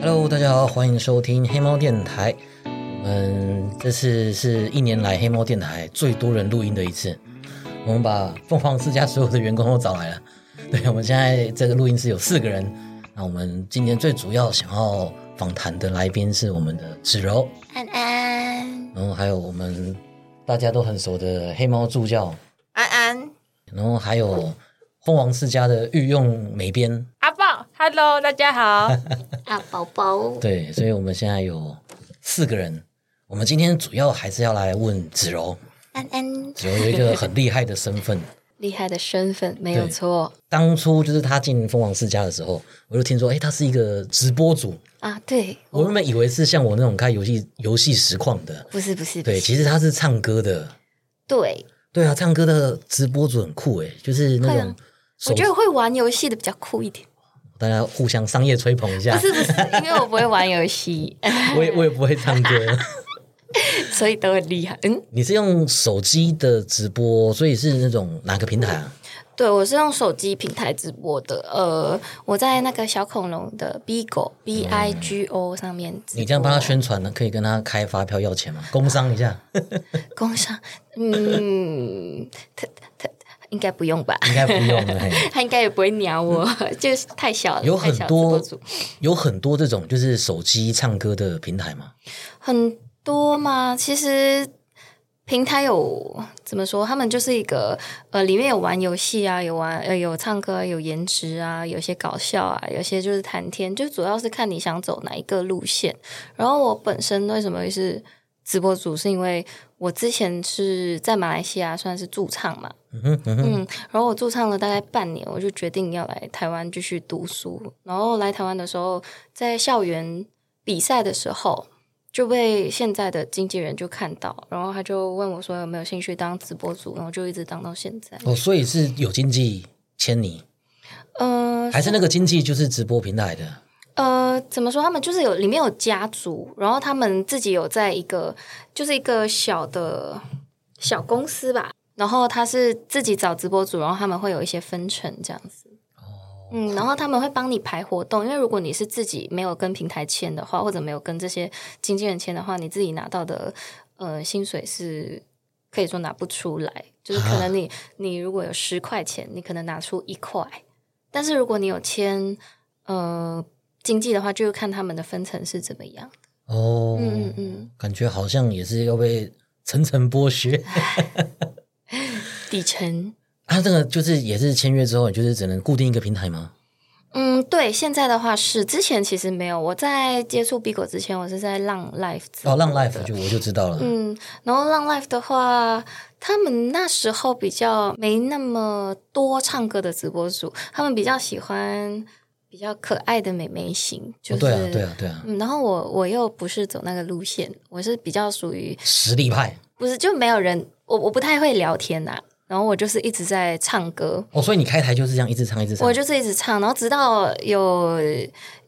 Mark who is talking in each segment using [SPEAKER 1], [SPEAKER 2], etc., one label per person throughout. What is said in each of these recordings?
[SPEAKER 1] Hello，大家好，欢迎收听黑猫电台。我们这次是一年来黑猫电台最多人录音的一次，我们把凤凰世家所有的员工都找来了。对，我们现在这个录音室有四个人。那我们今天最主要想要访谈的来宾是我们的芷柔，
[SPEAKER 2] 安安，
[SPEAKER 1] 然后还有我们大家都很熟的黑猫助教，
[SPEAKER 3] 安安，
[SPEAKER 1] 然后还有凤凰世家的御用美编
[SPEAKER 3] 阿豹，Hello，大家好。
[SPEAKER 2] 啊，宝宝，
[SPEAKER 1] 对，所以我们现在有四个人。我们今天主要还是要来问子柔，
[SPEAKER 2] 安安，
[SPEAKER 1] 子柔有一个很厉害的身份。
[SPEAKER 4] 厉害的身份，没有
[SPEAKER 1] 对
[SPEAKER 4] 错
[SPEAKER 1] 当初就是他进凤凰世家的时候，我就听说，哎，他是一个直播主。
[SPEAKER 4] 啊！对，
[SPEAKER 1] 我原本以为是像我那种开游戏游戏实况的，
[SPEAKER 4] 不是不是，不
[SPEAKER 1] 对，
[SPEAKER 4] 是
[SPEAKER 1] 其实他是唱歌的。
[SPEAKER 4] 对，
[SPEAKER 1] 对啊，唱歌的直播主很酷诶，就是那
[SPEAKER 4] 会
[SPEAKER 1] 种
[SPEAKER 4] 啊
[SPEAKER 1] 手
[SPEAKER 4] 我觉得会玩游戏的比较酷一点。
[SPEAKER 1] 大家互相商业吹捧一
[SPEAKER 4] 不
[SPEAKER 1] 下。
[SPEAKER 4] 是不是，因为我不会玩游戏，
[SPEAKER 1] 我也我也不会唱歌，
[SPEAKER 4] 所以都很厉害。嗯，
[SPEAKER 1] 你是用手机的直播，所以是那种哪个平台啊？
[SPEAKER 4] 对我是用手机平台直播的。呃，我在那个小恐龙的 Bigo B I G O 上面直播，
[SPEAKER 1] 你这样帮他宣传呢，可以跟他开发票要钱
[SPEAKER 4] 哦
[SPEAKER 1] 吗？工商一 下，
[SPEAKER 4] 工商，嗯，他他应该不用吧？
[SPEAKER 1] 应该不用了。嘿
[SPEAKER 4] 他应该也不会鸟我， 就是太小了，
[SPEAKER 1] 有
[SPEAKER 4] 太
[SPEAKER 1] 很
[SPEAKER 4] 小
[SPEAKER 1] 多
[SPEAKER 4] 直播主
[SPEAKER 1] 有很多这种就是手机唱歌的平台嘛，
[SPEAKER 4] 很多吗？其实平台有怎么说？他们就是一个呃，里面有玩游戏啊，有玩呃有唱歌，有颜值啊，有些搞笑啊，有些就是谈天，就主要是看你想走哪一个路线。然后我本身为什么会是直播主，是因为我之前是在马来西亚算是驻唱嘛，
[SPEAKER 1] 嗯哼嗯哼，
[SPEAKER 4] 嗯，然后我驻唱了大概半年，我就决定要来台湾继续读书。然后来台湾的时候，在校园比赛的时候就被现在的经纪人就看到，然后他就问我说有没有兴趣当直播主，然后就一直当到现在。
[SPEAKER 1] 哦，所以是有经济签你，
[SPEAKER 4] 嗯、
[SPEAKER 1] 还是那个经济就是直播平台的，
[SPEAKER 4] 呃，怎么说？他们就是有里面有家族，然后他们自己有在一个就是一个小的小公司吧。然后他是自己找直播主，然后他们会有一些分成这样子。嗯，然后他们会帮你排活动，因为如果你是自己没有跟平台签的话，或者没有跟这些经纪人签的话，你自己拿到的呃薪水是可以说拿不出来，就是可能你你如果有十块钱，你可能拿出一块，但是如果你有签呃经济的话，就看他们的分成是怎么样。
[SPEAKER 1] 哦，
[SPEAKER 4] 嗯嗯嗯，
[SPEAKER 1] 感觉好像也是要被层层剥 削
[SPEAKER 4] 底层，
[SPEAKER 1] 啊。这个就是也是签约之后，你就是只能固定一个平台吗？
[SPEAKER 4] 嗯，对，现在的话是之前其实没有，我在接触 Bigo 之前，我是在浪 Life
[SPEAKER 1] 哦，浪
[SPEAKER 4] 直播
[SPEAKER 1] life
[SPEAKER 4] 的
[SPEAKER 1] 就我就知道了，
[SPEAKER 4] 嗯，然后浪 life 的话，他们那时候比较没那么多唱歌的直播主，他们比较喜欢比较可爱的美眉型，就
[SPEAKER 1] 哦
[SPEAKER 4] 是、
[SPEAKER 1] 对啊对啊对啊，
[SPEAKER 4] 嗯，然后我我又不是走那个路线，我是比较属于
[SPEAKER 1] 实力派
[SPEAKER 4] 不是就没有人，我我不太会聊天呐、然后我就是一直在唱歌，
[SPEAKER 1] 哦，所以你开台就是这样一直唱一直唱，
[SPEAKER 4] 我就是一直唱，然后直到有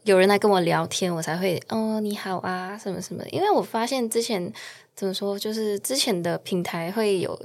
[SPEAKER 4] 有人来跟我聊天，我才会哦你好啊什么什么的。因为我发现之前怎么说，就是之前的平台会有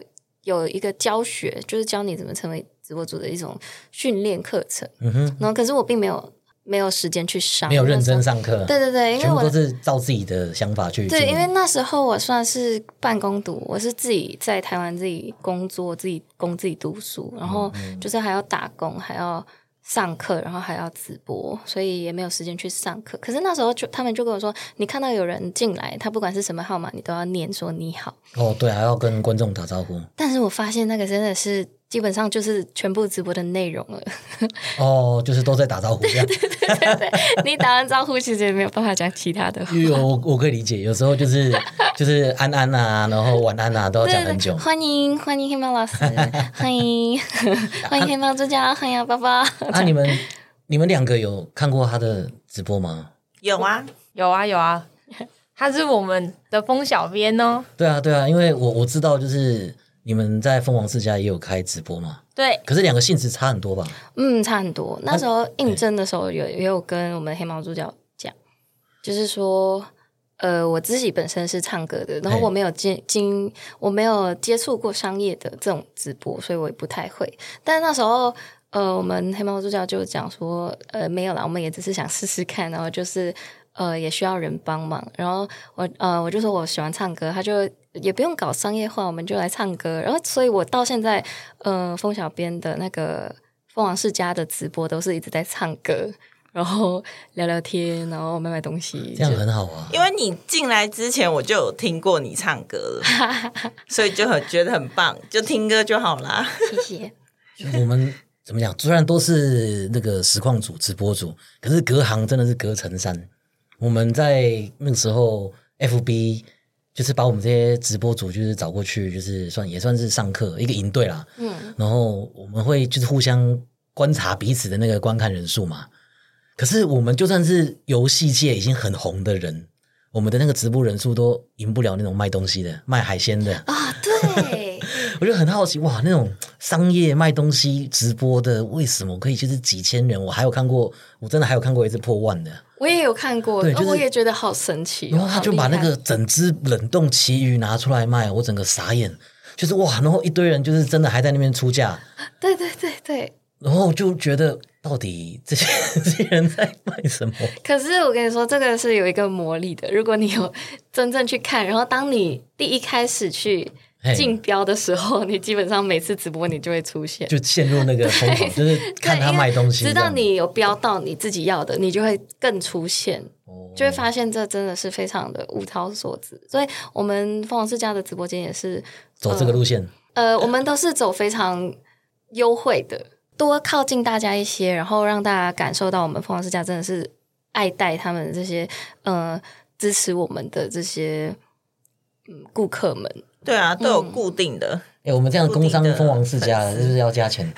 [SPEAKER 4] 有一个教学，就是教你怎么成为直播主的一种训练课程。
[SPEAKER 1] 嗯哼，
[SPEAKER 4] 然后可是我并没有没有时间去上，
[SPEAKER 1] 没有认真
[SPEAKER 4] 那时
[SPEAKER 1] 上课，
[SPEAKER 4] 候。对对对，因为
[SPEAKER 1] 全部都
[SPEAKER 4] 哎我
[SPEAKER 1] 是照自己的想法去经营。
[SPEAKER 4] 对，因为那时候我算是半工读，我是自己在台湾自己工作，自己供自己读书，然后就是还要打工，还要上课，然后还要直播，所以也没有时间去上课。可是那时候就他们就跟我说，你看到有人进来，他不管是什么号码，你都要念说你好。
[SPEAKER 1] 哦，对啊，要跟观众打招呼。
[SPEAKER 4] 但是我发现那个真的是基本上就是全部直播的内容了。
[SPEAKER 1] 哦，就是都在打招呼这样。
[SPEAKER 4] 对对，你打完招呼其实也没有办法讲其他的话。
[SPEAKER 1] 因为我我可以理解，有时候就是就是安安啊，然后晚安啊，都要
[SPEAKER 4] 对
[SPEAKER 1] 讲
[SPEAKER 4] 对
[SPEAKER 1] 很
[SPEAKER 4] 对，
[SPEAKER 1] 久。
[SPEAKER 4] 欢迎欢迎黑猫老师，欢迎欢迎黑猫作家，欢迎爸爸。
[SPEAKER 1] 啊，你们你们两个有看过他的直播吗？
[SPEAKER 3] 有啊，有啊，有啊，他是我们的风小编哦。
[SPEAKER 1] 对啊，对啊，因为我我知道就是你们在凤凰世家也有开直播嘛，
[SPEAKER 3] 对，
[SPEAKER 1] 可是两个性质差很多吧？
[SPEAKER 4] 嗯，差很多。那时候应征的时候有也有跟我们黑猫助教讲，就是说，呃，我自己本身是唱歌的，然后
[SPEAKER 1] 嘿
[SPEAKER 4] 我没有经经我没有接触过商业的这种直播，所以我也不太会。但那时候。呃，我们黑猫助教就讲说，呃，没有啦，我们也只是想试试看，然后就是呃也需要人帮忙，然后我呃我就说我喜欢唱歌，他就也不用搞商业化，我们就来唱歌。然后所以我到现在，呃，风小编的那个凤凰世家的直播都是一直在唱歌，然后聊聊天，然后买买东西，
[SPEAKER 1] 这样
[SPEAKER 4] 就
[SPEAKER 1] 很好啊。
[SPEAKER 5] 因为你进来之前我就有听过你唱歌了， 所以就很觉得很棒，就听歌就好啦。
[SPEAKER 4] 谢谢。
[SPEAKER 1] 我们怎么讲？虽然都是那个实况组、直播组，可是隔行真的是隔层山。我们在那个时候，FB 就是把我们这些直播组就是找过去，就是算也算是上课一个营队啦。
[SPEAKER 4] 嗯，
[SPEAKER 1] 然后我们会就是互相观察彼此的那个观看人数嘛。可是我们就算是游戏界已经很红的人，我们的那个直播人数都赢不了那种卖东西的、卖海鲜的。
[SPEAKER 4] 啊，对，
[SPEAKER 1] 我就很好奇，哇，那种商业卖东西直播的，为什么可以就是几千人？我还有看过，我真的还有看过一次破万的，
[SPEAKER 4] 我也有看过，
[SPEAKER 1] 对就是
[SPEAKER 4] 哦我也觉得好神奇、哦。
[SPEAKER 1] 然后他就把那
[SPEAKER 4] 好厉
[SPEAKER 1] 个
[SPEAKER 4] 害
[SPEAKER 1] 整只冷冻旗鱼拿出来卖，我整个傻眼，就是哇，然后一堆人就是真的还在那边出价，
[SPEAKER 4] 对对对对，
[SPEAKER 1] 然后就觉得到底这些 这些人在卖什么？
[SPEAKER 4] 可是我跟你说，这个是有一个魔力的。如果你有真正去看，然后当你第一开始去
[SPEAKER 1] 嘿
[SPEAKER 4] 竞标的时候，你基本上每次直播你就会出现。
[SPEAKER 1] 就陷入那个疯狂，就是看他
[SPEAKER 4] 对因为
[SPEAKER 1] 卖东西这
[SPEAKER 4] 直
[SPEAKER 1] 样，
[SPEAKER 4] 到你有标到你自己要的，你就会更出现，
[SPEAKER 1] 哦
[SPEAKER 4] 就会发现这真的是非常的物超所值。所以，我们凤凰世家的直播间也是，
[SPEAKER 1] 走这个路线，
[SPEAKER 4] 呃，我们都是走非常优惠的，多靠近大家一些，然后让大家感受到我们凤凰世家真的是爱戴他们这些呃支持我们的这些嗯顾客们。
[SPEAKER 5] 对
[SPEAKER 2] 嗯
[SPEAKER 5] 啊，都有固定的，
[SPEAKER 1] 哎、我们这样工商
[SPEAKER 5] 固定的
[SPEAKER 1] 蜂王世家是不是要加钱？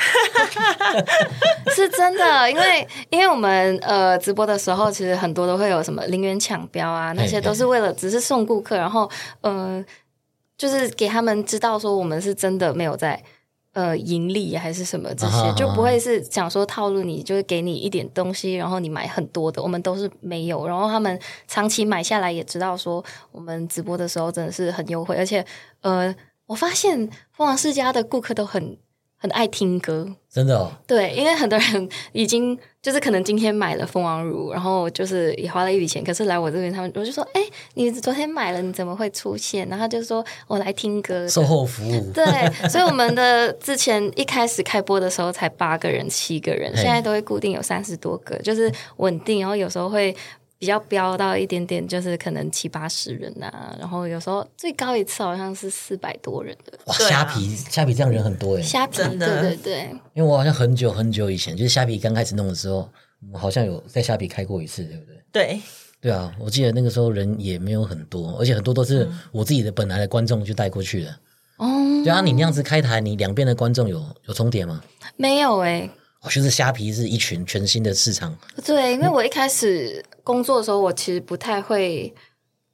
[SPEAKER 4] 是真的，因为因为我们呃直播的时候，其实很多都会有什么零元抢标啊，那些都是为了只是送顾客，然后呃就是给他们知道说我们是真的没有在呃盈利还是什么这
[SPEAKER 1] 啊哈
[SPEAKER 4] 些，
[SPEAKER 1] 啊哈
[SPEAKER 4] 就不会是想说套路你，就是给你一点东西，然后你买很多的，我们都是没有，然后他们长期买下来也知道说我们直播的时候真的是很优惠，而且呃我发现凤凰世家的顾客都很很爱听歌。
[SPEAKER 1] 真的哦，
[SPEAKER 4] 对，因为很多人已经就是可能今天买了蜂王乳，然后就是也花了一笔钱，可是来我这边他们我就说，哎、你昨天买了，你怎么会出现？然后他就说我来听歌的。
[SPEAKER 1] 售后服务，
[SPEAKER 4] 对，所以我们的之前一开始开播的时候才八个人、七个人，
[SPEAKER 1] 嘿
[SPEAKER 4] 现在都会固定有三十多个，就是稳定，然后有时候会比较飙到一点点，就是可能七八十人啊，然后有时候最高一次好像是四百多人的
[SPEAKER 1] 哇，
[SPEAKER 5] 对啊
[SPEAKER 1] 虾皮虾皮这样人很多哎，
[SPEAKER 4] 虾皮，
[SPEAKER 5] 真的
[SPEAKER 4] 对对对，
[SPEAKER 1] 因为我好像很久很久以前，就是虾皮刚开始弄的时候，我好像有在虾皮开过一次，对不对？
[SPEAKER 5] 对，
[SPEAKER 1] 对啊，我记得那个时候人也没有很多，而且很多都是我自己的本来的观众去带过去的。
[SPEAKER 4] 哦，
[SPEAKER 1] 就啊，你那样子开台，你两边的观众有有重叠吗？
[SPEAKER 4] 没有哎、
[SPEAKER 1] 哦，就是虾皮是一群全新的市场，
[SPEAKER 4] 对，
[SPEAKER 1] 嗯
[SPEAKER 4] 因为我一开始工作的时候，我其实不太会，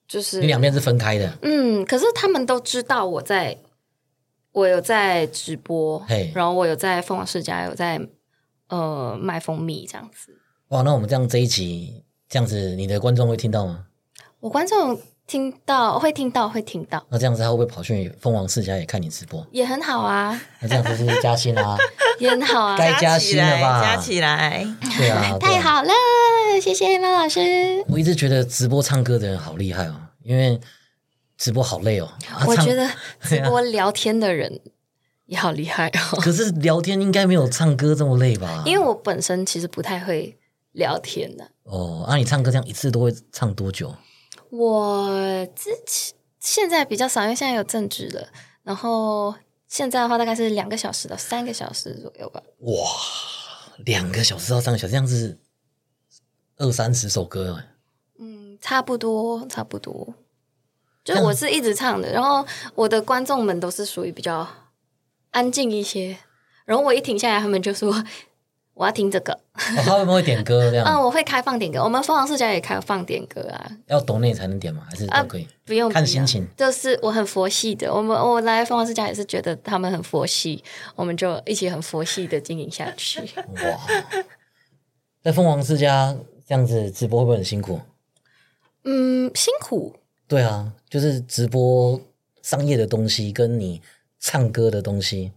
[SPEAKER 4] 就是
[SPEAKER 1] 你两边是分开的。
[SPEAKER 4] 嗯，可是他们都知道我在，我有在直播
[SPEAKER 1] 嘿，
[SPEAKER 4] 然后我有在凤凰世家有在呃卖蜂蜜这样子。
[SPEAKER 1] 哇，那我们这样这一集这样子，你的观众会听到吗？
[SPEAKER 4] 我观众听到会听到会听到，
[SPEAKER 1] 那这样子他会不会跑去凤凰世家也看你直播？
[SPEAKER 4] 也很好啊，
[SPEAKER 1] 那这样子是不是加薪啊？
[SPEAKER 4] 也很好啊，
[SPEAKER 1] 该加
[SPEAKER 5] 起
[SPEAKER 1] 薪了
[SPEAKER 5] 来，
[SPEAKER 1] 吧
[SPEAKER 5] 加起来，
[SPEAKER 1] 对啊，对
[SPEAKER 2] 太
[SPEAKER 1] 啊
[SPEAKER 2] 好了，
[SPEAKER 4] 谢谢黑猫老师。
[SPEAKER 1] 我一直觉得直播唱歌的人好厉害哦，因为直播好累哦。啊
[SPEAKER 4] 我
[SPEAKER 1] 唱
[SPEAKER 4] 觉得直播聊天的人也好厉害哦，
[SPEAKER 1] 可是聊天应该没有唱歌这么累吧？
[SPEAKER 4] 因为我本身其实不太会聊天的、
[SPEAKER 1] 哦，啊，你唱歌这样一次都会唱多久？
[SPEAKER 4] 我之前现在比较少，因为现在有正职了。然后现在的话，大概是两个小时到三个小时左右吧。
[SPEAKER 1] 哇，两个小时到三个小时，这样是二三十首歌哎。
[SPEAKER 4] 嗯，差不多，差不多。就是我是一直唱的，然后我的观众们都是属于比较安静一些。然后我一停下来，他们就说我要听这个。
[SPEAKER 1] 哦、他会不会点歌 这样？
[SPEAKER 4] 嗯，我会开放点歌，我们凤凰世家也开放点歌啊，
[SPEAKER 1] 要懂内才能点吗？还
[SPEAKER 4] 呃
[SPEAKER 1] 是都可以？
[SPEAKER 4] 不用
[SPEAKER 1] 看
[SPEAKER 4] 不
[SPEAKER 1] 心
[SPEAKER 4] 用
[SPEAKER 1] 情
[SPEAKER 4] 就是我很佛系的，我们我来凤凰世家也是觉得他们很佛系，我们就一起很佛系的经营下 去。
[SPEAKER 1] 哇，在凤凰世家这样子直播会不会很辛苦？
[SPEAKER 4] 嗯，辛苦，
[SPEAKER 1] 对啊，就是直播商业的东西跟你唱歌的东西，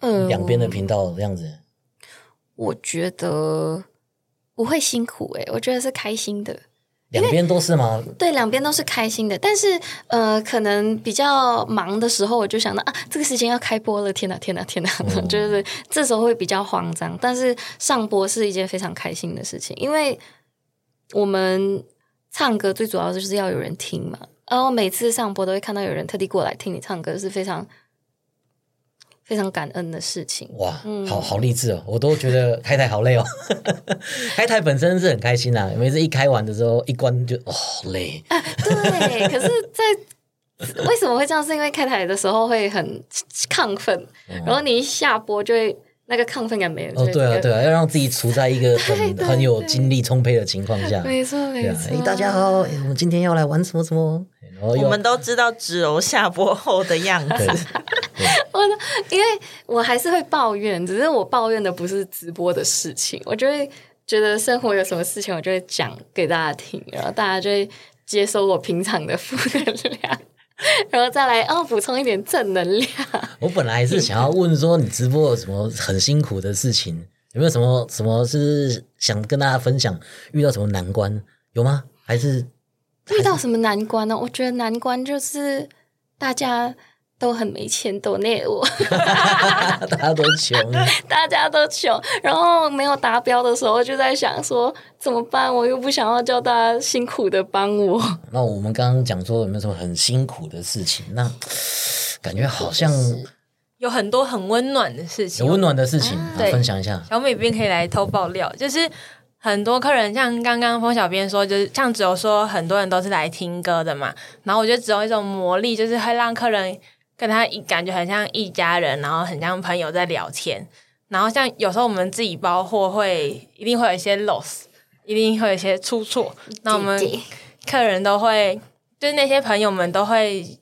[SPEAKER 4] 嗯，
[SPEAKER 1] 两边的频道这样子。
[SPEAKER 4] 欸我觉得不会辛苦诶、我觉得是开心的，
[SPEAKER 1] 两边都是吗？
[SPEAKER 4] 对，两边都是开心的，但是呃，可能比较忙的时候，我就想到啊，这个时间要开播了，天哪，天哪，天哪，
[SPEAKER 1] 嗯
[SPEAKER 4] 就是这时候会比较慌张。但是上播是一件非常开心的事情，因为我们唱歌最主要就是要有人听嘛，然后每次上播都会看到有人特地过来听你唱歌，是非常非常感恩的事情。
[SPEAKER 1] 哇，
[SPEAKER 4] 嗯
[SPEAKER 1] 好好励志哦！我都觉得开台好累 哦。开台本身是很开心啊，每次一开完的时候，一关就哦好累，
[SPEAKER 4] 啊对，可是在，为什么会这样？是因为开台的时候会很亢奋，然后你一下播就会那个亢奋感没了。
[SPEAKER 1] 哦，
[SPEAKER 4] 就
[SPEAKER 1] 对
[SPEAKER 4] 会
[SPEAKER 1] 啊，
[SPEAKER 4] 觉得
[SPEAKER 1] 对啊，要让自己处在一个很
[SPEAKER 4] 对
[SPEAKER 1] 很有
[SPEAKER 4] 对
[SPEAKER 1] 精力充沛的情况下。
[SPEAKER 4] 没错没
[SPEAKER 1] 对啊，
[SPEAKER 4] 错。
[SPEAKER 1] 哎，大家好，哎我们今天要来玩什么什么？哎然后又
[SPEAKER 5] 我们都知道纸柔下播后的样
[SPEAKER 1] 对
[SPEAKER 5] 子，
[SPEAKER 4] 我呢，因为我还是会抱怨，只是我抱怨的不是直播的事情，我就会觉得生活有什么事情，我就会讲给大家听，然后大家就会接收我平常的负能量，然后再来哦补充一点正能量。
[SPEAKER 1] 我本来是想要问说，你直播有什么很辛苦的事情？有没有什么什么是想跟大家分享？遇到什么难关有吗？还是
[SPEAKER 4] 遇到什么难关呢？我觉得难关就是大家都很没钱，抖内我，
[SPEAKER 1] 啊大家都穷？
[SPEAKER 4] 大家都穷，然后没有达标的时候，就在想说怎么办？我又不想要叫大家辛苦的帮我，
[SPEAKER 1] 那我们刚刚讲说有没有什么很辛苦的事情？那感觉好像
[SPEAKER 3] 有很多很温暖的事情
[SPEAKER 1] 有。温暖的事情，啊
[SPEAKER 3] 对
[SPEAKER 1] 分享一下。
[SPEAKER 3] 小美编可以来偷爆料，就是很多客人像刚刚风小编说，就是像只有说很多人都是来听歌的嘛，然后我觉得只有一种魔力，就是会让客人跟他一感觉很像一家人，然后很像朋友在聊天。然后像有时候我们自己包货会一定会有一些 loss，一定会有一些出错， 那我们
[SPEAKER 2] 姐姐
[SPEAKER 3] 客人都会，就是那些朋友们都会，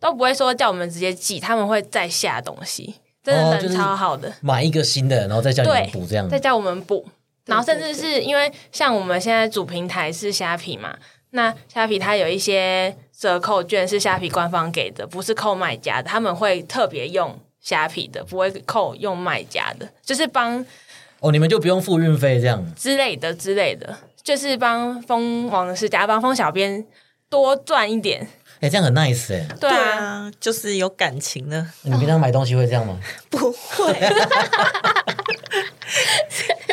[SPEAKER 3] 都不会说叫我们直接寄，他们会再下东西，真
[SPEAKER 1] 哦
[SPEAKER 3] 的
[SPEAKER 1] 就
[SPEAKER 3] 人
[SPEAKER 1] 是
[SPEAKER 3] 超好的，
[SPEAKER 1] 买一个新的，然后再叫你们
[SPEAKER 3] 对
[SPEAKER 1] 补这样。
[SPEAKER 3] 再叫我们补。然后
[SPEAKER 4] 对
[SPEAKER 3] 甚至是因为像我们现在主平台是虾皮嘛，那虾皮它有一些折扣券是虾皮官方给的，不是扣卖家的，他们会特别用虾皮的，不会扣用卖家的，就是帮
[SPEAKER 1] 哦，你们就不用付运费这样。
[SPEAKER 3] 之类的之类的，就是帮蜂王世家帮蜂小编多赚一点。
[SPEAKER 1] 哎，这样很 nice 哎。
[SPEAKER 3] 对啊，
[SPEAKER 5] 啊，就是有感情呢，
[SPEAKER 1] 你平常买东西会这样吗？
[SPEAKER 5] 不会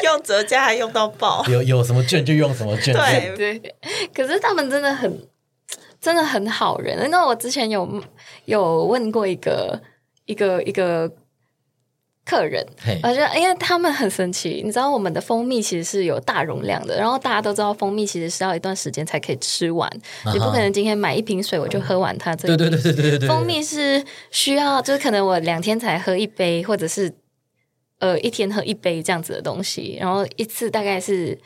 [SPEAKER 5] 用折价还用到爆，
[SPEAKER 1] 有有什么券就用什么券。
[SPEAKER 5] 对
[SPEAKER 4] 哦对。可是他们真的很，真的很好人。那我之前有有问过一个一个一个客人，
[SPEAKER 1] 嘿，
[SPEAKER 4] 而且因为他们很神奇，你知道我们的蜂蜜其实是有大容量的，然后大家都知道蜂蜜其实是要一段时间才可以吃完，
[SPEAKER 1] 啊哈
[SPEAKER 4] 你不可能今天买一瓶水我就喝完它。这
[SPEAKER 1] 对对
[SPEAKER 4] 个
[SPEAKER 1] 对对对对对。
[SPEAKER 4] 蜂蜜是需要，就是可能我两天才喝一杯，或者是呃一天喝一杯这样子的东西，然后一次大概是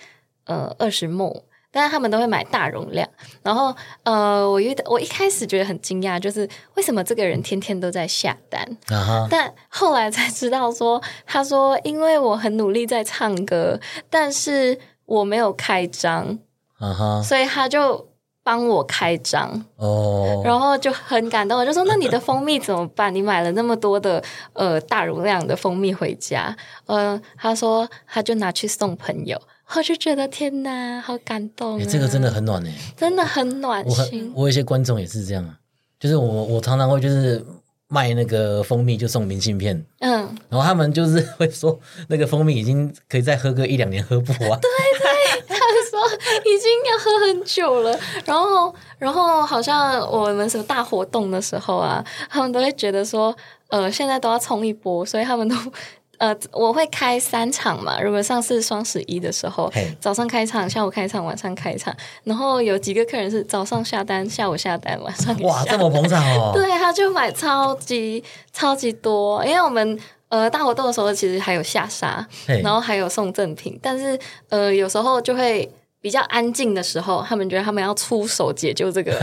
[SPEAKER 4] 呃二十沫，但是他们都会买大容量。然后呃，我遇到我一开始觉得很惊讶，就是为什么这个人天天都在下单？
[SPEAKER 1] 啊哈。
[SPEAKER 4] 但后来才知道说，他说因为我很努力在唱歌，但是我没有开张，
[SPEAKER 1] 啊哈，
[SPEAKER 4] 所以他就帮我开张，
[SPEAKER 1] 哦，
[SPEAKER 4] 然后就很感动。我就说：“那你的蜂蜜怎么办？你买了那么多的呃大容量的蜂蜜回家。”嗯，他说他就拿去送朋友。我就觉得天哪，好感动、啊
[SPEAKER 1] 哎、这个真的很暖哎、
[SPEAKER 4] 真的很暖
[SPEAKER 1] 我很
[SPEAKER 4] 心。
[SPEAKER 1] 我有一些观众也是这样，啊就是我我常常会就是卖那个蜂蜜就送明信片，
[SPEAKER 4] 嗯，
[SPEAKER 1] 然后他们就是会说那个蜂蜜已经可以再喝个一两年喝不 完，
[SPEAKER 4] 他说已经要喝很久了，然后然后好像我们什么大活动的时候啊，他们都会觉得说，呃，现在都要冲一波，所以他们都。 呃，我会开三场嘛。如果上次双十一的时候
[SPEAKER 1] 嘿，
[SPEAKER 4] 早上开场，下午开场，晚上开场，然后有几个客人是早上下单，下午下单，晚上也
[SPEAKER 1] 哇，
[SPEAKER 4] 下
[SPEAKER 1] 这么膨胀哦，
[SPEAKER 4] 对，啊他就买超级超级多，因为我们呃大活动的时候其实还有下沙，
[SPEAKER 1] 嘿
[SPEAKER 4] 然后还有送赠品，但是呃有时候就会。比较安静的时候，他们觉得他们要出手解救这个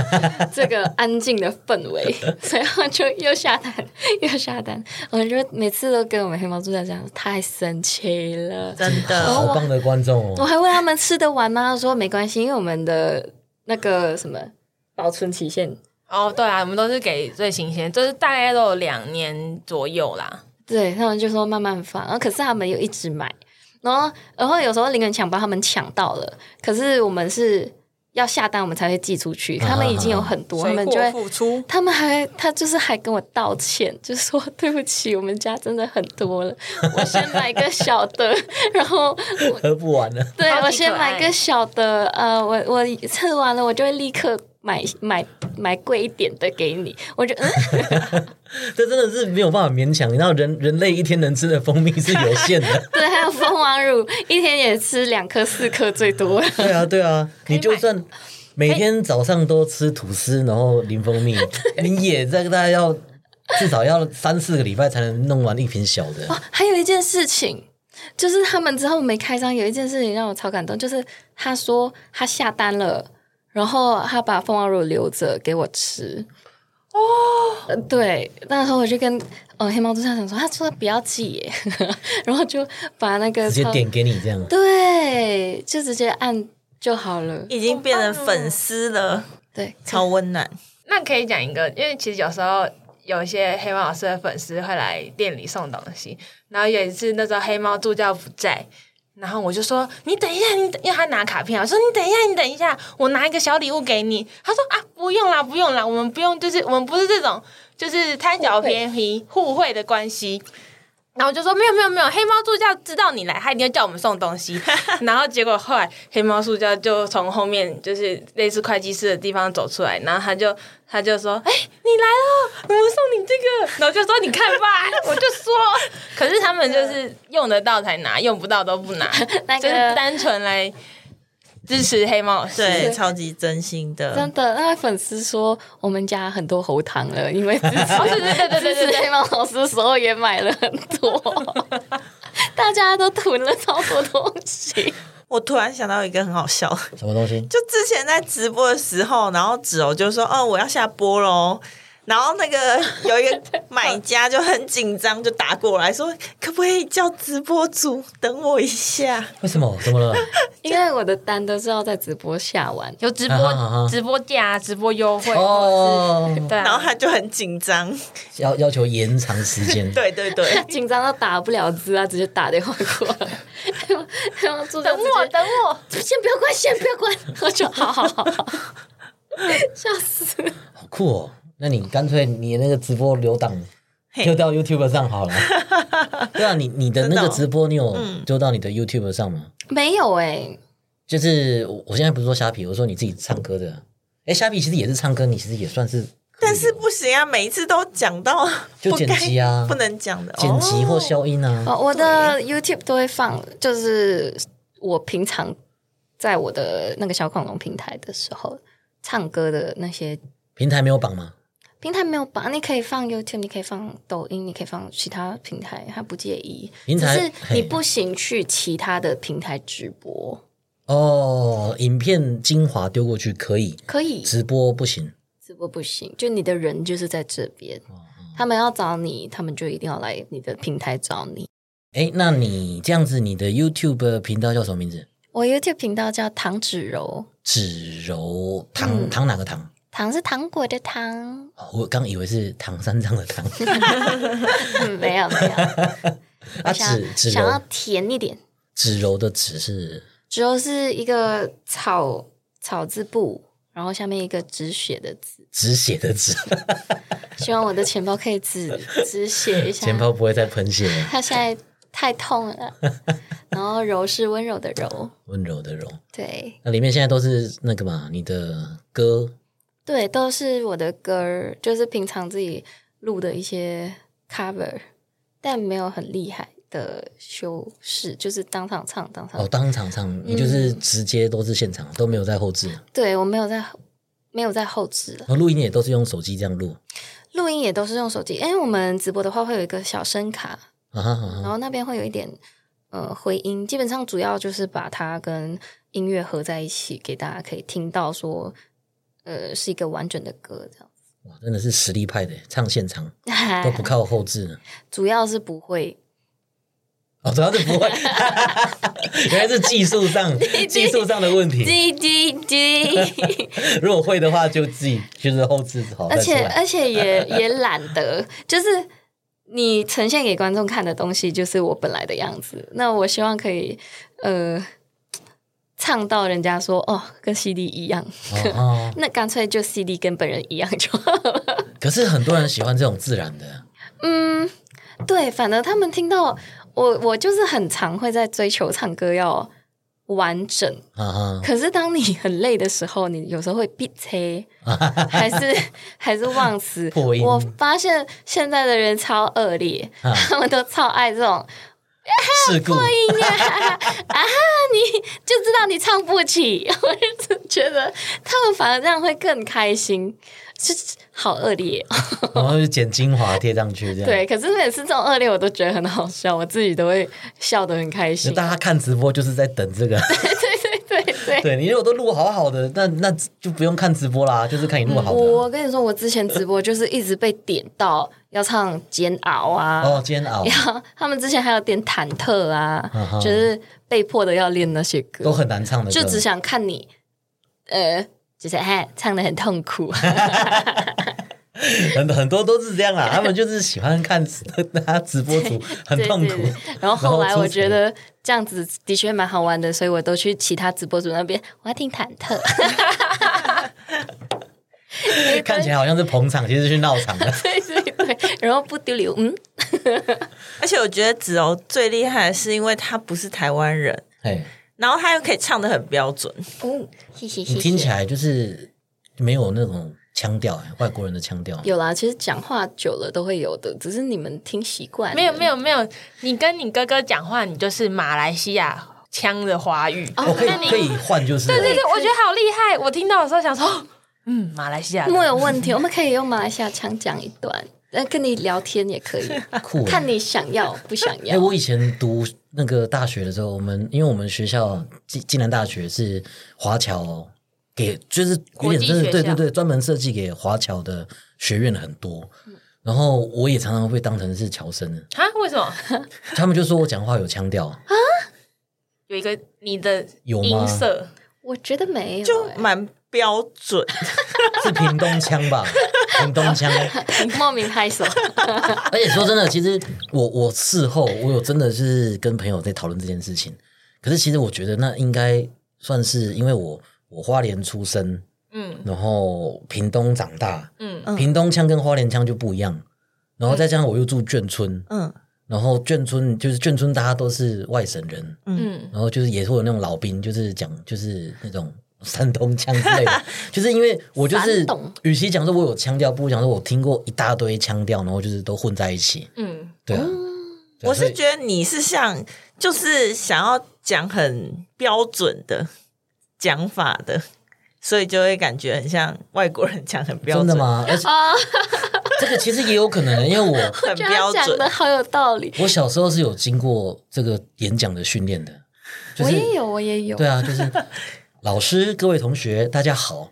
[SPEAKER 4] 这个安静的氛围， 所以他们就又下单 又下单。我们就每次都跟我们黑猫助教讲，太神奇了。
[SPEAKER 5] 真的。
[SPEAKER 1] 好棒的观众
[SPEAKER 4] 我
[SPEAKER 1] 哦，
[SPEAKER 4] 还问他们吃得完吗？他说没关系，因为我们的那个什么保存期限
[SPEAKER 3] 哦，对啊，我们都是给最新鲜，就是大概都有两年左右啦。
[SPEAKER 4] 对他们就说慢慢放，然后可是他们又一呃直买，然后然后有时候零元抢包他们抢到了，可是我们是要下单我们才会寄出去，他们已经有很多，他
[SPEAKER 3] 嗯水
[SPEAKER 4] 们就会
[SPEAKER 3] 果付出，
[SPEAKER 4] 他们还他就是还跟我道歉，就说对不起，我们家真的很多了，我先买个小的，然后
[SPEAKER 1] 喝不完了。
[SPEAKER 4] 对
[SPEAKER 3] 超级
[SPEAKER 4] 我先
[SPEAKER 3] 可
[SPEAKER 4] 买
[SPEAKER 3] 爱
[SPEAKER 4] 个小的，呃，我我吃完了，我就会立刻买 买买贵一点的给你，我就嗯，，
[SPEAKER 1] 这真的是没有办法勉强。你知道人人类一天能吃的蜂蜜是有限的
[SPEAKER 4] 对，还有蜂王乳，一天也吃两颗四颗最多，
[SPEAKER 1] 对啊，对啊，
[SPEAKER 3] 以买
[SPEAKER 1] 你就算每天早上都吃吐司，然后淋蜂 蜜，你也在大概要至少要三四个礼拜才能弄完一瓶小的。
[SPEAKER 4] 哦还有一件事情，就是他们之后没开张，有一件事情让我超感动，就是他说他下单了，然后他把凤凰乳留着给我吃。哦，对，那时候我就跟呃黑猫侦探想说，他说不要寄耶， 然后就把那个
[SPEAKER 1] 直接
[SPEAKER 4] 超
[SPEAKER 1] 点给你这样，
[SPEAKER 4] 对，就直接按就好了。
[SPEAKER 5] 已经变成粉丝
[SPEAKER 2] 哦
[SPEAKER 5] 了，
[SPEAKER 4] 对，
[SPEAKER 5] 超温暖。
[SPEAKER 3] 那可以讲一个，因为其实有时候有一些黑猫老师的粉丝会来店里送东西，然后有一次那时候黑猫助教不在。然后我就说：“你等一下，你等，因为他拿卡片啊，我说你等一下，你等一下，我拿一个小礼物给你。”他说：“啊，不用啦，不用啦，我们不用，就是我们不是这种，就是贪小便宜互惠的关系。”然后我就说没有没有没有，黑猫助教知道你来，他一定要叫我们送东西。然后结果后来黑猫助教就从后面就是类似会计室的地方走出来，然后他就他就说：“哎、你来了，我们送你这个。”然后就说：“你看吧。”我就说，可是他们就是用得到才拿，用不到都不拿，
[SPEAKER 4] 那
[SPEAKER 3] 就是
[SPEAKER 4] 个
[SPEAKER 3] 单纯来支持黑猫老师。
[SPEAKER 5] 对，超级真心的
[SPEAKER 4] 真，的，那位粉丝说我们家很多喉糖了， 因为支持
[SPEAKER 3] 哦，对对对对对对
[SPEAKER 4] 是
[SPEAKER 3] 对
[SPEAKER 4] 黑猫老师的时候也买了很 多，大家都囤了超多东西。
[SPEAKER 5] 我突然想到一个很好笑 的，
[SPEAKER 1] 什么东 西？
[SPEAKER 5] 就之前在直播的时候，然后子柔就说：“哦，我要下播喽。”然后那个有一个买家就很紧张，就打过来说：“可不可以叫直播组等我一下
[SPEAKER 1] 为什么？怎么了？
[SPEAKER 4] 因为我的单都是要在直播下完，，
[SPEAKER 3] 有直
[SPEAKER 1] 啊 哈啊哈
[SPEAKER 3] 播直播价、直播优惠，
[SPEAKER 1] 哦，
[SPEAKER 3] 对？”啊，
[SPEAKER 5] 然后他就很 紧张，
[SPEAKER 1] 要要求延长时间。
[SPEAKER 5] 对对对
[SPEAKER 4] 紧张到打不了字啊，直接打电话过 来，然后助教
[SPEAKER 3] 等
[SPEAKER 4] 直
[SPEAKER 3] 我
[SPEAKER 4] 接
[SPEAKER 3] 等我。
[SPEAKER 4] 先不要关，先不要关，我就好好好 好，笑死。
[SPEAKER 1] 好酷哦！那你干脆你那个直播留档
[SPEAKER 5] 嘿
[SPEAKER 1] 丢到 YouTube 上好 了。对啊，你你的那
[SPEAKER 5] 真
[SPEAKER 1] 个
[SPEAKER 5] 的哦
[SPEAKER 1] 直播你有丢到你的 YouTube 上吗？
[SPEAKER 4] 没有哎、
[SPEAKER 1] 就是我我现在不是说虾皮，我说你自己唱歌的。哎，虾皮其实也是唱歌，你其实也算是可以哦，
[SPEAKER 5] 但是不行啊，每一次都讲到
[SPEAKER 1] 就
[SPEAKER 5] 不该
[SPEAKER 1] 剪辑啊
[SPEAKER 5] 不能讲的
[SPEAKER 1] 剪辑或消音啊。
[SPEAKER 4] 哦，我的 YouTube 都会放，就是我平常在我的那个小恐龙平台的时候唱歌的那些
[SPEAKER 1] 平台没有榜吗？
[SPEAKER 4] 平台没有绑，你可以放 YouTube，你可以放抖音，你可以放其他平台，他不介意。
[SPEAKER 1] 平台
[SPEAKER 4] 只是
[SPEAKER 1] 嘿
[SPEAKER 4] 你不行去其他的平台直播，
[SPEAKER 1] 哦，影片精华丢过去可以，
[SPEAKER 4] 可以
[SPEAKER 1] 直播不行。
[SPEAKER 4] 直播不行，就你的人就是在这边，
[SPEAKER 1] 哦
[SPEAKER 4] 他们要找你，他们就一定要来你的平台找你。
[SPEAKER 1] 哎，那你这样子，你的 YouTube 频道叫什么名字？
[SPEAKER 4] 我 YouTube 频道叫糖纸柔，
[SPEAKER 1] 芷柔糖
[SPEAKER 5] 嗯
[SPEAKER 1] 糖哪个糖？
[SPEAKER 4] 糖是糖果的糖，
[SPEAKER 1] 哦我刚以为是唐三藏的唐
[SPEAKER 4] 嗯 没有没有，
[SPEAKER 1] 啊，
[SPEAKER 4] 我想
[SPEAKER 1] 芷芷
[SPEAKER 4] 想要
[SPEAKER 1] 柔
[SPEAKER 4] 甜一点，
[SPEAKER 1] 芷柔的芷是
[SPEAKER 4] 纸柔是一个草草字部，然后下面一个止血的字。
[SPEAKER 1] 止血的 止，
[SPEAKER 4] 希望我的钱包可 以止止血一下。
[SPEAKER 1] 钱包不会再喷血，
[SPEAKER 4] 它现在太 痛了。然后柔是温柔的柔，
[SPEAKER 1] 温柔的柔。
[SPEAKER 4] 对
[SPEAKER 1] 那里面现在都是那个嘛，你的歌
[SPEAKER 4] 对，都是我的歌儿，就是平常自己录的一些 cover，但没有很厉害的修饰，就是当场唱当场。
[SPEAKER 1] 哦，当场唱，你就是
[SPEAKER 4] 嗯
[SPEAKER 1] 直接都是现场，都没有在后置，
[SPEAKER 4] 对我没有在没有在后置了，
[SPEAKER 1] 然后录音也都是用手机这样录。
[SPEAKER 4] 录音也都是用手机，因为我们直播的话会有一个小声卡，
[SPEAKER 1] 啊哈啊
[SPEAKER 4] 然
[SPEAKER 1] 哈，
[SPEAKER 4] 后那边会有一点呃回音，基本上主要就是把它跟音乐合在一起，给大家可以听到说，呃，是一个完整的歌这样。
[SPEAKER 1] 哇，真的是实力派的，唱现场
[SPEAKER 4] 哎
[SPEAKER 1] 都不靠后置呢。
[SPEAKER 4] 主要是不会，
[SPEAKER 1] 哦，主要是不 会，原来是技术上技术上的问题。
[SPEAKER 4] 滴滴滴，
[SPEAKER 1] 如果会的话，就自己就是后置好啊
[SPEAKER 4] 而
[SPEAKER 1] 再出
[SPEAKER 4] 且
[SPEAKER 1] 来。哦
[SPEAKER 4] 而且也也懒得，就是你呈现给观众看的东西就是我本来的样子，那我希望可以呃。唱到人家说哦，跟 CD 一样，
[SPEAKER 1] 哦哦，
[SPEAKER 4] 那干脆就 CD 跟本人一样就好 了。
[SPEAKER 1] 可是很多人喜欢这种自然的，
[SPEAKER 4] 嗯，对，反正他们听到我，我就是很常会在追求唱歌要完整。
[SPEAKER 1] 啊哈，
[SPEAKER 4] 可是当你很累的时候，你有时候会闭 切，还是还是忘词。
[SPEAKER 1] 破音
[SPEAKER 4] 我发现现在的人超恶劣，
[SPEAKER 1] 啊
[SPEAKER 4] 他们都超爱这种
[SPEAKER 1] 事故
[SPEAKER 4] 音乐啊啊！你就知道你唱不起， 我就觉得他们反而这样会更开心，就是好恶劣。
[SPEAKER 1] 然后就剪精华贴上去这样。
[SPEAKER 4] 对，可是每次这种恶劣我都觉得很好笑，我自己都会笑得很开
[SPEAKER 1] 就
[SPEAKER 4] 心。
[SPEAKER 1] 大家看直播就是在等这个，
[SPEAKER 4] 对对。
[SPEAKER 1] 对你如果都录好好的，那那就不用看直播啦，就是看你录好的
[SPEAKER 4] 嗯我
[SPEAKER 1] 啊。
[SPEAKER 4] 我跟你说，我之前直播就是一直被点到要唱《煎熬》啊，
[SPEAKER 1] 哦，煎熬
[SPEAKER 4] 然后他们之前还有点忐忑啊
[SPEAKER 1] 嗯哼
[SPEAKER 4] 就是被迫的要练那些
[SPEAKER 1] 都
[SPEAKER 4] 歌，
[SPEAKER 1] 很难唱的歌，
[SPEAKER 4] 就只想看你，呃，就是哎，唱的很 痛苦。
[SPEAKER 1] 很很多都是这样 啦，他们就是喜欢看大家直播 组很痛苦
[SPEAKER 4] 对对对。然后后来
[SPEAKER 1] 然后出
[SPEAKER 4] 我觉得这样子的确蛮好玩的，所以我都去其他直播主那边，我要听忐忑。
[SPEAKER 1] 看起来好像是捧场，其实是去闹场 的。
[SPEAKER 4] 对对对，然后不丢脸，嗯，
[SPEAKER 5] 而且我觉得子柔最厉害的是，因为他不是台湾人，
[SPEAKER 1] 哎，
[SPEAKER 5] 然后他又可以唱的很标准，
[SPEAKER 2] 哦，谢谢
[SPEAKER 1] 你
[SPEAKER 2] 谢
[SPEAKER 1] 听起
[SPEAKER 2] 谢。
[SPEAKER 1] 来就是没有那种腔调，哎外国人的腔调。
[SPEAKER 4] 有啦，其实讲话久了都会有的，只是你们听习惯。
[SPEAKER 3] 没有没有没有，你跟你哥哥讲话，你就是马来西亚腔的华语。
[SPEAKER 4] 哦
[SPEAKER 1] 我哦可以
[SPEAKER 3] 那你
[SPEAKER 1] 可以换，就是
[SPEAKER 3] 对哦对对，我觉 得好厉害！我听到的时候想说，哦嗯，马来西亚的
[SPEAKER 4] 木有问题，我们可以用马来西亚腔讲一段，呃，跟你聊天也可以，
[SPEAKER 1] 酷哎
[SPEAKER 4] 看你想要不想
[SPEAKER 1] 哎、
[SPEAKER 4] 要。
[SPEAKER 1] 我以前读那个大学的时候，我们因为我们学校暨暨南大学是华侨给，就是有
[SPEAKER 3] 国
[SPEAKER 1] 点
[SPEAKER 3] 际
[SPEAKER 1] 真的
[SPEAKER 3] 学
[SPEAKER 1] 对对
[SPEAKER 3] 校
[SPEAKER 1] 对，专门设计给华侨的学院很多。
[SPEAKER 3] 嗯
[SPEAKER 1] 然后我也常常被当成是侨生，
[SPEAKER 3] 啊？为什么
[SPEAKER 1] 他们就说我讲话有腔调，
[SPEAKER 3] 有一个你的
[SPEAKER 1] 有吗
[SPEAKER 3] 音色？
[SPEAKER 4] 我觉得没有、
[SPEAKER 5] 就
[SPEAKER 4] 欸
[SPEAKER 5] 蛮标准。
[SPEAKER 1] 是屏东腔吧？屏东腔。
[SPEAKER 4] 哎莫名 拍手。
[SPEAKER 1] 而且说真的，其实我我事后我有真的是跟朋友在讨论这件事情，可是其实我觉得那应该算是因为我我花莲出生，
[SPEAKER 3] 嗯
[SPEAKER 1] 然后屏东长大，
[SPEAKER 3] 嗯
[SPEAKER 5] 嗯
[SPEAKER 1] 屏东腔跟花莲腔就不一样，然后再加上我又住眷村，
[SPEAKER 5] 嗯
[SPEAKER 1] 然后眷村就是眷村大家都是外省人，
[SPEAKER 3] 嗯，
[SPEAKER 1] 然后就是也会有那种老兵，就是讲就是那种山东腔之类 的，就是因为我就是
[SPEAKER 4] 山东，
[SPEAKER 1] 与其讲说我有腔调，不如讲说我听过一大堆腔调，然后就是都混在一起，
[SPEAKER 3] 嗯，
[SPEAKER 1] 对啊，对啊
[SPEAKER 5] 哦我
[SPEAKER 1] 所以
[SPEAKER 5] 是觉得你是像，就是想要讲很标准的讲法的，所以就会感觉很像外国人讲很标
[SPEAKER 1] 真
[SPEAKER 5] 准
[SPEAKER 1] 的？吗？ 而且
[SPEAKER 4] 啊，
[SPEAKER 1] 这个其实也有可能，因为我
[SPEAKER 5] 很
[SPEAKER 4] 觉得他
[SPEAKER 5] 标
[SPEAKER 4] 讲的
[SPEAKER 5] 准，
[SPEAKER 4] 好有道理。
[SPEAKER 1] 我小时候是有经过这个演讲的训练的，就是
[SPEAKER 4] 我也有，我也有。
[SPEAKER 1] 对啊，就是老师、各位同学，大家好，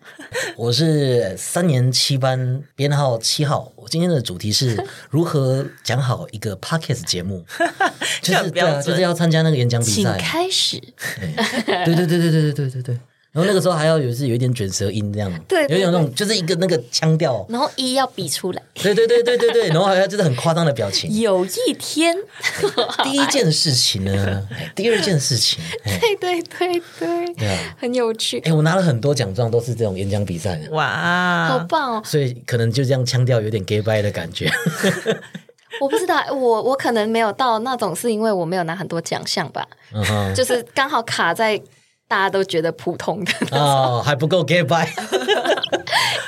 [SPEAKER 1] 我是三年七班编号七号。我今天的主题是如何讲好一个 podcast 节 目，就
[SPEAKER 5] 这
[SPEAKER 1] 是
[SPEAKER 5] 很
[SPEAKER 1] 对
[SPEAKER 5] 标
[SPEAKER 1] 啊，
[SPEAKER 5] 准
[SPEAKER 1] 就是要参加那个演讲比
[SPEAKER 4] 请
[SPEAKER 1] 赛。
[SPEAKER 4] 开始。
[SPEAKER 1] 对对对对对对对对对。然后那个时候还要有是有一点卷舌音这样，
[SPEAKER 4] 对对
[SPEAKER 1] 有一种那种就是一个那个腔调，
[SPEAKER 4] 然后一要比出来。
[SPEAKER 1] 对对对对对对，然后还要就是很夸张的表情。
[SPEAKER 4] 有一天，
[SPEAKER 1] 第一件事情呢，哎第二件事情，哎
[SPEAKER 4] 对对对对，
[SPEAKER 1] 对啊，
[SPEAKER 4] 很有趣，
[SPEAKER 1] 哎，我拿了很多奖状，都是这种演讲比赛的。
[SPEAKER 4] 好
[SPEAKER 5] 哇！
[SPEAKER 4] 棒哦！
[SPEAKER 1] 所以可能就这样腔调有点 gay bye 的感觉。
[SPEAKER 4] 我不知道，我我可能没有到那种，是因为我没有拿很多奖项吧，
[SPEAKER 1] 嗯哼，
[SPEAKER 4] 就是刚好卡在大家都觉得普通的。
[SPEAKER 1] 哦，还不够 gay bye。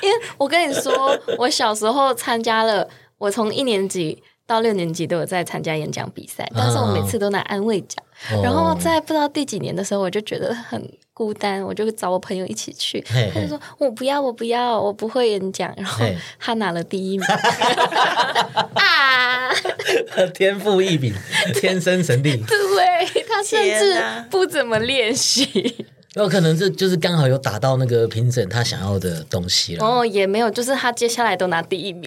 [SPEAKER 4] 因为我跟你说，我小时候参加了，我从一年级到六年级都有在参加演讲比赛，但是我每次都拿安慰奖。
[SPEAKER 1] 嗯
[SPEAKER 4] 然
[SPEAKER 1] 哦
[SPEAKER 4] 后在不知道第几年的时候，我就觉得很孤单，我就找我朋友一起去。
[SPEAKER 1] 嘿嘿
[SPEAKER 4] 他就说：“我不要，我不要，我不会演讲。”然后
[SPEAKER 1] 嘿
[SPEAKER 4] 他拿了第 一名 啊！
[SPEAKER 1] 哦 天赋异禀， 天生神 力，
[SPEAKER 4] 对他甚
[SPEAKER 5] 天
[SPEAKER 4] 至
[SPEAKER 5] 哪
[SPEAKER 4] 不怎么练习，
[SPEAKER 1] 有可能这就是刚好有打到那个评审他想要的东西
[SPEAKER 4] 然
[SPEAKER 1] 了。
[SPEAKER 4] 后哦也没有，就是他接下来都拿第一 名，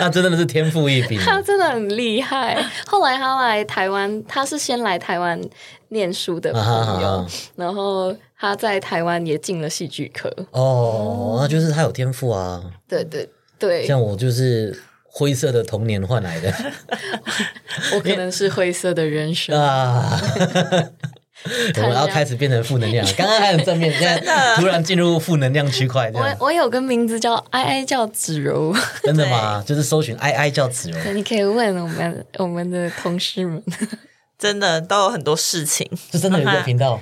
[SPEAKER 1] 那真的是天赋异禀。
[SPEAKER 4] 他真的很厉害。后来他来台湾，他是先来台湾念书的朋友，
[SPEAKER 1] 啊哈哈
[SPEAKER 4] 然后他在台湾也进了戏剧科。
[SPEAKER 1] 哦，那就是他有天赋啊，
[SPEAKER 4] 对对对，
[SPEAKER 1] 像我就是。灰色的童年换来的
[SPEAKER 4] 我可能是灰色的人生。
[SPEAKER 1] 啊，我们要开始变成负能量了，刚刚还很正面，现 在突然进入负能量区块，这
[SPEAKER 4] 我
[SPEAKER 1] 样
[SPEAKER 4] 我有个名字叫哀哀叫子 柔，
[SPEAKER 1] 真的吗？就是搜寻哀哀叫子柔，
[SPEAKER 4] 对你可以问我们我们的同事们。
[SPEAKER 5] 真的都有很多事情，
[SPEAKER 1] 是真的
[SPEAKER 4] 啊
[SPEAKER 1] 有一个频道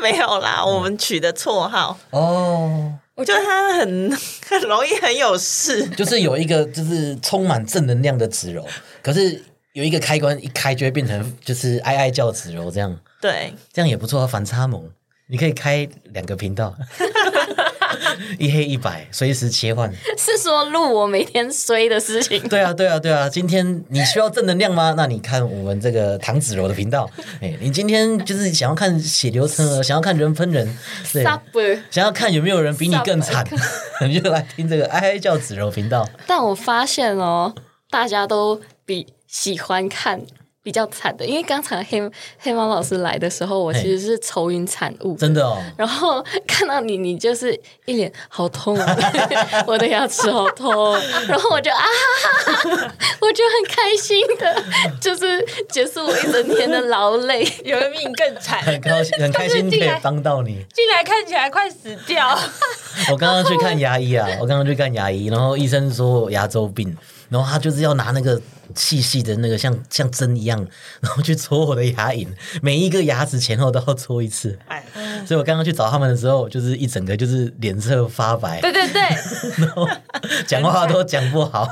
[SPEAKER 5] 没有啦，
[SPEAKER 1] 嗯
[SPEAKER 5] 我们取的绰号，
[SPEAKER 1] 哦，
[SPEAKER 5] 我觉得他很 很容易很有事，
[SPEAKER 1] 就是有一个就是充满正能量的子柔，可是有一个开关一开就会变成就是哀哀叫子柔这样，
[SPEAKER 5] 对，
[SPEAKER 1] 这样也不错啊，反差萌，你可以开两个频道， 一黑一白，随时切换。
[SPEAKER 4] 是说录我每天衰的事情，
[SPEAKER 1] 对啊，对啊，对啊！今天你需要正能量吗？那你看我们这个唐子柔的频道。哎，你今天就是想要看血流成河，想要看人喷人，对，
[SPEAKER 4] Supper
[SPEAKER 1] 想要看有没有人比你更惨， 你就来听这个哀哀叫子柔频道。
[SPEAKER 4] 但我发现哦，大家都比喜欢看比较惨的，因为刚才黑黑猫老师来的时候，我
[SPEAKER 1] 嘿
[SPEAKER 4] 其实是愁云惨雾。
[SPEAKER 1] 真的哦，
[SPEAKER 4] 然后看到你，你就是一脸好痛啊， 我的牙齿好痛，然后我就啊，我就很开心的，就是结束我一整天的劳累。
[SPEAKER 3] 有的比你更惨，
[SPEAKER 1] 很高兴，很开心可
[SPEAKER 3] 进
[SPEAKER 1] 以
[SPEAKER 3] 来
[SPEAKER 1] 帮到你。
[SPEAKER 3] 进来看起来快死 掉。
[SPEAKER 1] 我刚刚去看牙医啊，我刚刚去看牙医，然后医生说我牙周病，然后他就是要拿那个细细的那个像像针一样，然后去戳我的牙龈，每一个牙齿前后都要戳一次。
[SPEAKER 5] 哎，
[SPEAKER 1] 所以我刚刚去找他们的时候，就是一整个就是脸色发白，
[SPEAKER 3] 对对对，
[SPEAKER 1] 然后讲话都讲不好。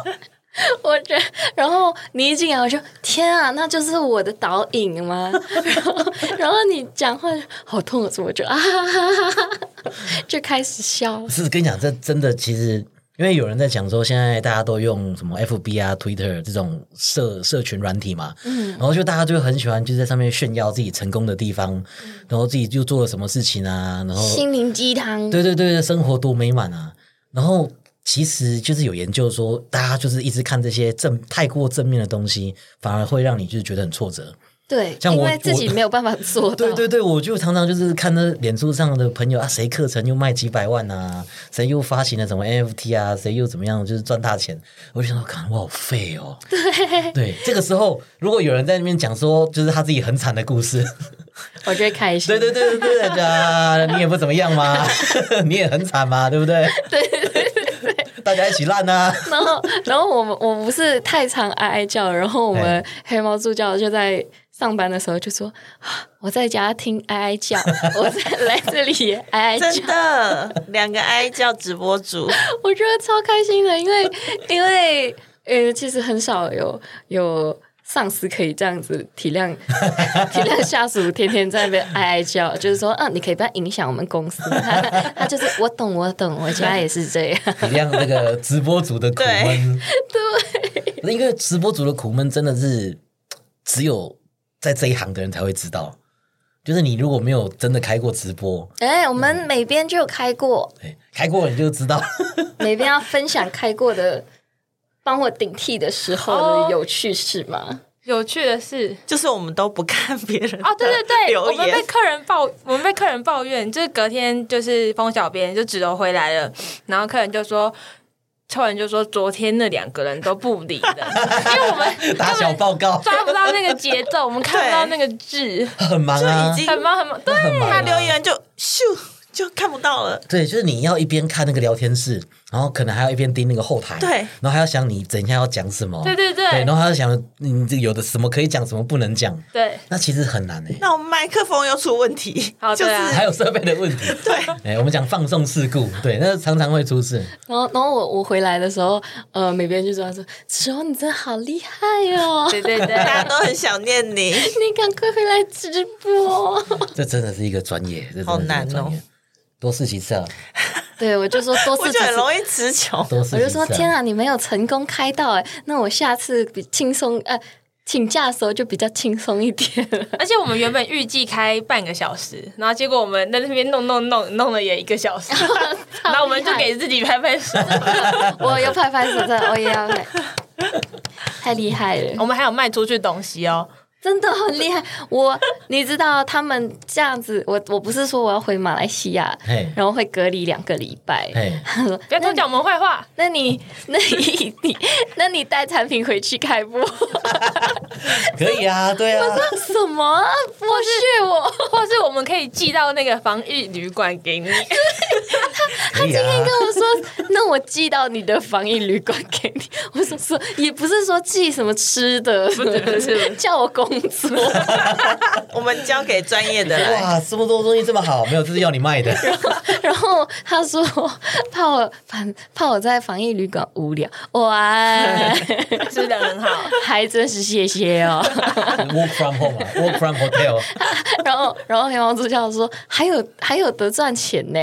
[SPEAKER 4] 我觉得，然后你一进来，我就天啊，那就是我的导引吗？ 然后，然后你讲话就好痛啊，怎么就啊 哈哈哈哈，就开始笑。
[SPEAKER 1] 是跟你讲，这真的其实，因为有人在讲说，现在大家都用什么 FB 啊、Twitter 这种社社群软体嘛，嗯，然后就大家就很喜欢就在上面炫耀自己成功的地方，然后自己就做了什么事情啊，然后
[SPEAKER 4] 心灵鸡汤，
[SPEAKER 1] 对对对，生活多美满啊！然后其实就是有研究说，大家就是一直看这些正太过正面的东西，反而会让你就是觉得很挫折。
[SPEAKER 4] 对，
[SPEAKER 1] 像
[SPEAKER 4] 因
[SPEAKER 1] 我
[SPEAKER 4] 为自己
[SPEAKER 1] 我
[SPEAKER 4] 没有办法做 到。
[SPEAKER 1] 对对对，我就常常就是看那脸书上的朋友啊，谁课程又卖几百万啊，谁又发行了什么 NFT 啊，谁又怎么样，就是赚大钱。我就想说，看我好废哦。对对，这个时候如果有人在那边讲说，就是他自己很惨的故事，
[SPEAKER 4] 我就会开心。
[SPEAKER 1] 对对对对对，啊，你也不怎么样嘛，你也很惨嘛，对不对？对对对，大家一起烂啊。
[SPEAKER 4] 然后，然后我们我不是太常哀哀叫，然后我
[SPEAKER 1] 哎
[SPEAKER 4] 们黑猫助教就在上班的时候就说：“啊我在家听哀哀叫， 我在来这里也哀哀叫。”
[SPEAKER 5] 真的，两个 I 叫直播主，
[SPEAKER 4] 我觉得超开心的，因 为因为呃，其实很少有有上司可以这样子体 谅体谅下属，天天在那边哀哀叫，就是说，啊，你可以不要影响我们公司。 他他就是我懂，我懂，我家也是这样。
[SPEAKER 1] 体谅这个直播主的苦闷。对，因为直播主的苦闷真的是只有在这一行的人才会知道。就是你如果没有真的开过直播，
[SPEAKER 4] 哎、我们每边就有开过，
[SPEAKER 1] 对，开过你就知道。
[SPEAKER 4] 每边要分享开过的。帮我顶替的时候
[SPEAKER 3] 哦
[SPEAKER 4] 的有趣事吗？
[SPEAKER 3] 有趣的是，
[SPEAKER 5] 就是我们都不看别人
[SPEAKER 3] 哦，对对
[SPEAKER 5] 的
[SPEAKER 3] 对，
[SPEAKER 5] 留
[SPEAKER 3] 我们被
[SPEAKER 5] 言，
[SPEAKER 3] 客人抱，我们被客人抱怨，就是隔天就是封小编就指头回来了，然后客人就说。客人就说：“昨天那两个人都不理 了，因为我们
[SPEAKER 1] 打小报告
[SPEAKER 3] 抓不到那个节 奏，我们看不到那个字，
[SPEAKER 1] 很忙啊
[SPEAKER 5] 就已，经
[SPEAKER 3] 很忙很忙。对，
[SPEAKER 1] 很忙、
[SPEAKER 5] 他
[SPEAKER 1] 啊。
[SPEAKER 5] 留言就咻就看不到了，
[SPEAKER 1] 对，就是你要一边看那个聊天室，然后可能还要一边盯那个后台，
[SPEAKER 5] 对
[SPEAKER 1] 然后还要想你等一下要讲什么，
[SPEAKER 3] 对对对
[SPEAKER 1] 然后还要想你这有的什么可以讲，什么不能讲，
[SPEAKER 3] 对，
[SPEAKER 1] 那其实很难诶、欸
[SPEAKER 5] 那我们麦克风又出问题
[SPEAKER 3] 哦，
[SPEAKER 5] 就
[SPEAKER 3] 对啊
[SPEAKER 5] 是
[SPEAKER 1] 还有设备的问 题，对，哎、我们讲放送事故，对，那常常会出事。
[SPEAKER 4] 然后，然后我我回来的时候，呃，每边就说说，子柔你真的好厉害哦，
[SPEAKER 3] 对对对，
[SPEAKER 5] 大家都很想念 你。
[SPEAKER 4] 你赶快回来直播。
[SPEAKER 1] 这真的是一个专业，这真的是一个
[SPEAKER 5] 好难哦
[SPEAKER 1] 专业。多试几次啊，
[SPEAKER 4] 对，我就说 多
[SPEAKER 5] 我
[SPEAKER 4] 试几
[SPEAKER 5] 就很
[SPEAKER 4] 次。
[SPEAKER 5] 容易词穷，
[SPEAKER 1] 多试几次、
[SPEAKER 4] 我
[SPEAKER 1] 啊。
[SPEAKER 4] 就说天啊，你没有成功开到哎、那我下次比轻松呃请假的时候就比较轻松一点。
[SPEAKER 3] 而且我们原本预计开半个小时，然后结果我们在那边弄弄弄弄了也一个小 时，然后我们就给自己拍拍手。
[SPEAKER 4] 我要拍拍手，哦真的我也要拍，太厉害了，
[SPEAKER 3] 我们还有卖出去东西哦，
[SPEAKER 4] 真的很厉害。我你知道他们这样子，我我不是说我要回马来西亚
[SPEAKER 1] 嘿，
[SPEAKER 4] 然后会隔离两个礼拜。
[SPEAKER 1] 嘿，
[SPEAKER 3] 不要偷讲我们坏话。
[SPEAKER 4] 那你，那你，你，那你带产品回去开播，
[SPEAKER 1] 可以啊，对啊，
[SPEAKER 4] 什么啊剥削我？
[SPEAKER 3] 或是我们可以寄到那个防疫旅馆给你。
[SPEAKER 1] 可以啊。
[SPEAKER 4] 跟我说，那我寄到你的防疫旅馆给你。我说说，也不是说寄什么吃的，不
[SPEAKER 3] 是不是
[SPEAKER 4] 叫我工作。
[SPEAKER 5] 我们交给专业的来。
[SPEAKER 1] 哇，这么多东西这么好，没有，这是要你卖的。
[SPEAKER 4] 然后他说怕我反怕我在防疫旅馆无聊， 哇，
[SPEAKER 3] 吃的很好，
[SPEAKER 4] 还真是谢谢哦。
[SPEAKER 1] Work from home 啊，Work from hotel，
[SPEAKER 4] 然后然后黑猫助教说还有还有得赚钱呢，